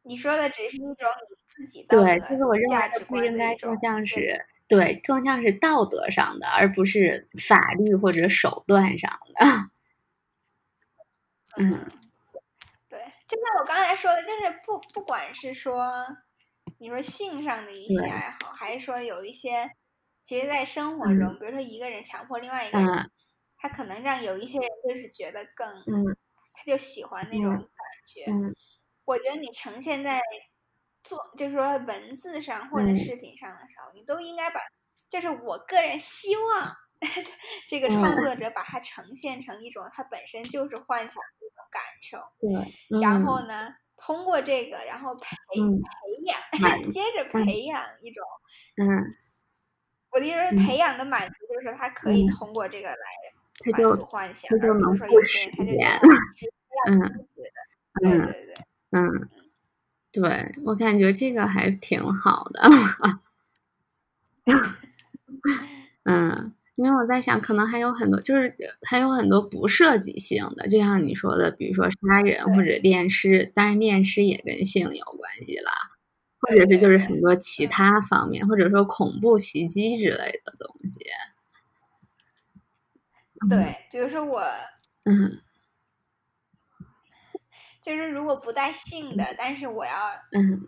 Speaker 2: 你说的只是一种你自己道
Speaker 3: 对，
Speaker 2: 德
Speaker 3: 就是我认为
Speaker 2: 价
Speaker 3: 它
Speaker 2: 值
Speaker 3: 不
Speaker 2: 观
Speaker 3: 应
Speaker 2: 的一
Speaker 3: 该
Speaker 2: 种
Speaker 3: 更像
Speaker 2: 认
Speaker 3: 是对，更像是道德上的，而不是法律或者手段上的。 *laughs* 嗯
Speaker 2: 对，就像我刚才说的，就是不不管是说你说性上的一些
Speaker 3: 对
Speaker 2: 爱好，还是说有一些，其实，在生活
Speaker 3: 嗯
Speaker 2: 中，比如说一个人强迫另外一个人，
Speaker 3: 嗯
Speaker 2: 他可能让有一些人就是觉得更，
Speaker 3: 嗯
Speaker 2: 他就喜欢那种
Speaker 3: 嗯
Speaker 2: 感觉。
Speaker 3: 嗯
Speaker 2: 我觉得你呈现在做，就是说文字上或者
Speaker 3: 嗯
Speaker 2: 视频上的时候，你都应该把，就是我个人希望 *laughs* 这个创
Speaker 3: 嗯，
Speaker 2: 作者把它呈现成一种他本身就是幻想的一种感受。
Speaker 3: 对，
Speaker 2: 然后
Speaker 3: 嗯
Speaker 2: 呢，通过这个，然后培
Speaker 3: 嗯，
Speaker 2: 培养，
Speaker 3: 满，
Speaker 2: *laughs* 接着
Speaker 3: 嗯
Speaker 2: 培养一种，
Speaker 3: 嗯
Speaker 2: 我的意思是培
Speaker 3: 嗯
Speaker 2: 养的满足，就是说他可以
Speaker 3: 嗯，
Speaker 2: 通过这个来
Speaker 3: 他
Speaker 2: 满
Speaker 3: 就
Speaker 2: 足幻想，
Speaker 3: 他就
Speaker 2: 而不是
Speaker 3: 能
Speaker 2: 说
Speaker 3: 不
Speaker 2: 有些
Speaker 3: 实
Speaker 2: 人他就觉
Speaker 3: 践
Speaker 2: 得。我只是要
Speaker 3: 嗯
Speaker 2: 充值的，
Speaker 3: *laughs*
Speaker 2: 对
Speaker 3: 嗯
Speaker 2: 对对，
Speaker 3: 嗯，对，我感觉这个还挺好的。 *laughs* 嗯，因为我在想，可能还有很多，就是还有很多不涉及性的，就像你说的，比如说杀人或
Speaker 2: 对
Speaker 3: 者恋尸，当然恋尸也跟性有关系啦，或
Speaker 2: 对
Speaker 3: 者是就
Speaker 2: 对
Speaker 3: 是
Speaker 2: 对，
Speaker 3: 很多其
Speaker 2: 嗯，
Speaker 3: 他方面，或者说恐怖袭击之类的东西。嗯
Speaker 2: 对，比如说我
Speaker 3: 嗯
Speaker 2: 就是如果不带性的，但是我要
Speaker 3: 嗯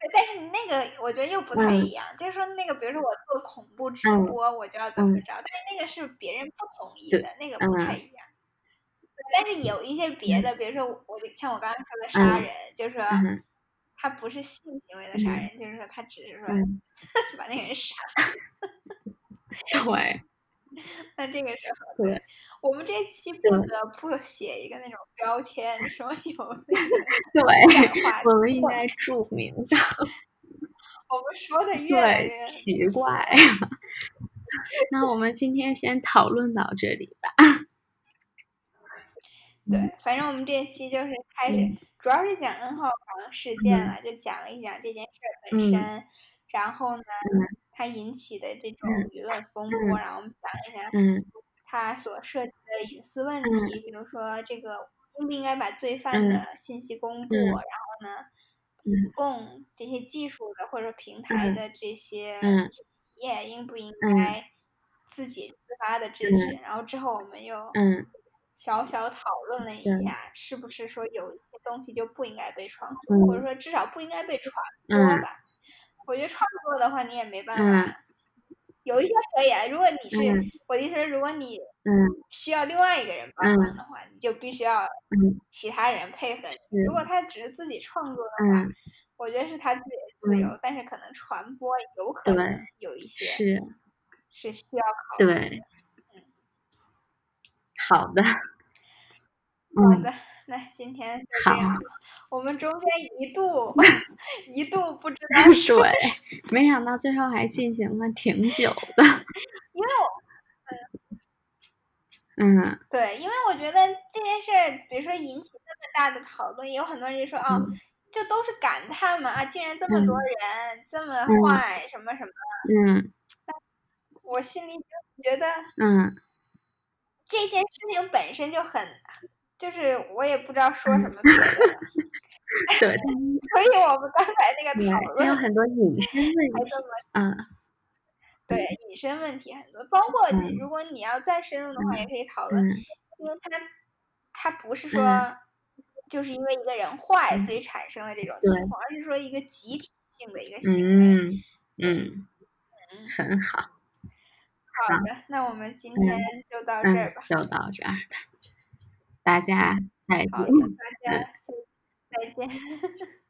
Speaker 2: 对，但是那个我觉得又不太一
Speaker 3: 嗯
Speaker 2: 样，就是说那个，比如说我做恐怖直
Speaker 3: 嗯
Speaker 2: 播，我就要怎么
Speaker 3: 嗯，
Speaker 2: 着，但是那个是别人不同意
Speaker 3: 对，
Speaker 2: 的，那个不太
Speaker 3: 嗯
Speaker 2: 一样。但是有一些别
Speaker 3: 嗯
Speaker 2: 的，比如说我就像我刚刚说的杀
Speaker 3: 嗯
Speaker 2: 人，就是说
Speaker 3: 嗯
Speaker 2: 他不是性行为的杀
Speaker 3: 嗯
Speaker 2: 人，就是说他只是说
Speaker 3: 嗯，
Speaker 2: *laughs* 把那个人杀。
Speaker 3: 对
Speaker 2: 那这个时候，对
Speaker 3: 对
Speaker 2: 我们这期不
Speaker 3: 对。
Speaker 2: 得不写一个那种标签，说有那个 *laughs*
Speaker 3: 对，
Speaker 2: 感化
Speaker 3: *laughs* 哎我们应
Speaker 2: 状
Speaker 3: 该
Speaker 2: 态，
Speaker 3: 注明的，
Speaker 2: 我们说的越来
Speaker 3: 对，
Speaker 2: 越
Speaker 3: 奇怪。
Speaker 6: *laughs*
Speaker 3: 那我们今天先讨论到这里吧。
Speaker 2: 对，
Speaker 3: 嗯
Speaker 2: 反正我们这期就是开始，
Speaker 3: 嗯
Speaker 2: 主要是讲 N 号房事件
Speaker 3: 嗯
Speaker 2: 了，就讲了一讲这件事儿本
Speaker 3: 嗯
Speaker 2: 身，然后呢，它引起的这种
Speaker 6: 嗯
Speaker 2: 舆论风波，然后我们讲一讲
Speaker 6: 嗯
Speaker 2: 它所涉及的隐私问
Speaker 6: 嗯
Speaker 2: 题，比如说这个应不应该把罪犯的信息公布，
Speaker 6: 嗯
Speaker 2: 然后呢，提
Speaker 6: 嗯
Speaker 2: 供这些技术的或者说平台
Speaker 6: 嗯
Speaker 2: 的这些
Speaker 6: 嗯
Speaker 2: 企业应不应
Speaker 6: 嗯
Speaker 2: 该自己自发的支持，然后之后我们又
Speaker 6: 嗯
Speaker 2: 小小讨论了一
Speaker 6: 对
Speaker 2: 下，是不是说有一些东西就不应该被创作，
Speaker 6: 嗯
Speaker 2: 或者说至少不应该被传播
Speaker 6: 嗯
Speaker 2: 吧？我觉得创作的话，你也没办
Speaker 6: 嗯
Speaker 2: 法。有一些可以啊，如果你是、
Speaker 6: 嗯
Speaker 2: 我的意思是，如果你
Speaker 6: 嗯
Speaker 2: 需要另外一个人帮忙的话，你就必须要
Speaker 6: 嗯
Speaker 2: 其他人配合你。
Speaker 6: 是
Speaker 2: 如果他只是自己创作的话，
Speaker 6: 嗯，
Speaker 2: 我觉得是他自己的自由，但是可能传播有可
Speaker 6: 对
Speaker 2: 能有一些
Speaker 6: 是，
Speaker 2: 是需要考虑
Speaker 6: 对，
Speaker 2: 嗯
Speaker 6: 好的，
Speaker 2: 好
Speaker 6: 嗯，
Speaker 2: 的， *laughs* 那今天就这样
Speaker 6: 好，
Speaker 2: 吧。我们中间一度一度不知
Speaker 6: *laughs*
Speaker 2: 道是
Speaker 6: 对，嗯没想到最后还进行了挺久的，
Speaker 2: *laughs* 因为
Speaker 6: 嗯
Speaker 2: 对，因为我觉得这件事儿，比如说引起那么大的讨论，也有很多人就说哦，
Speaker 6: 嗯
Speaker 2: 就都是感叹嘛啊，竟然这么多人、这么
Speaker 6: 嗯
Speaker 2: 坏，什么什么，
Speaker 6: 嗯
Speaker 2: 我心里就觉得
Speaker 6: 嗯
Speaker 2: 这件事情本身就很，就是我也不知道说
Speaker 6: 嗯
Speaker 2: 什么别的了， *laughs*
Speaker 6: 对
Speaker 2: 所以我们刚才那个
Speaker 6: 对
Speaker 2: 讨，
Speaker 6: 它
Speaker 2: 论
Speaker 6: 有很多隐身
Speaker 2: 还
Speaker 6: 问
Speaker 2: 这
Speaker 6: 题，
Speaker 2: 么
Speaker 6: 嗯
Speaker 2: 对隐身问题很多，包括
Speaker 6: 嗯
Speaker 2: 如果你要再深入的话，也可以讨论
Speaker 6: 嗯
Speaker 2: 因为他他不是
Speaker 6: 嗯
Speaker 2: 说就是因为一个人坏，
Speaker 6: 嗯
Speaker 2: 所以产生了这种
Speaker 6: 对
Speaker 2: 情况，而是说一个集体性的一个行为。
Speaker 6: 嗯嗯，很好，
Speaker 2: 好的，那我们今
Speaker 6: 嗯
Speaker 2: 天就到这
Speaker 6: 嗯
Speaker 2: 儿吧。，
Speaker 6: 就到这儿吧，大家再见，
Speaker 2: 好的，大
Speaker 6: 嗯
Speaker 2: 家再再见。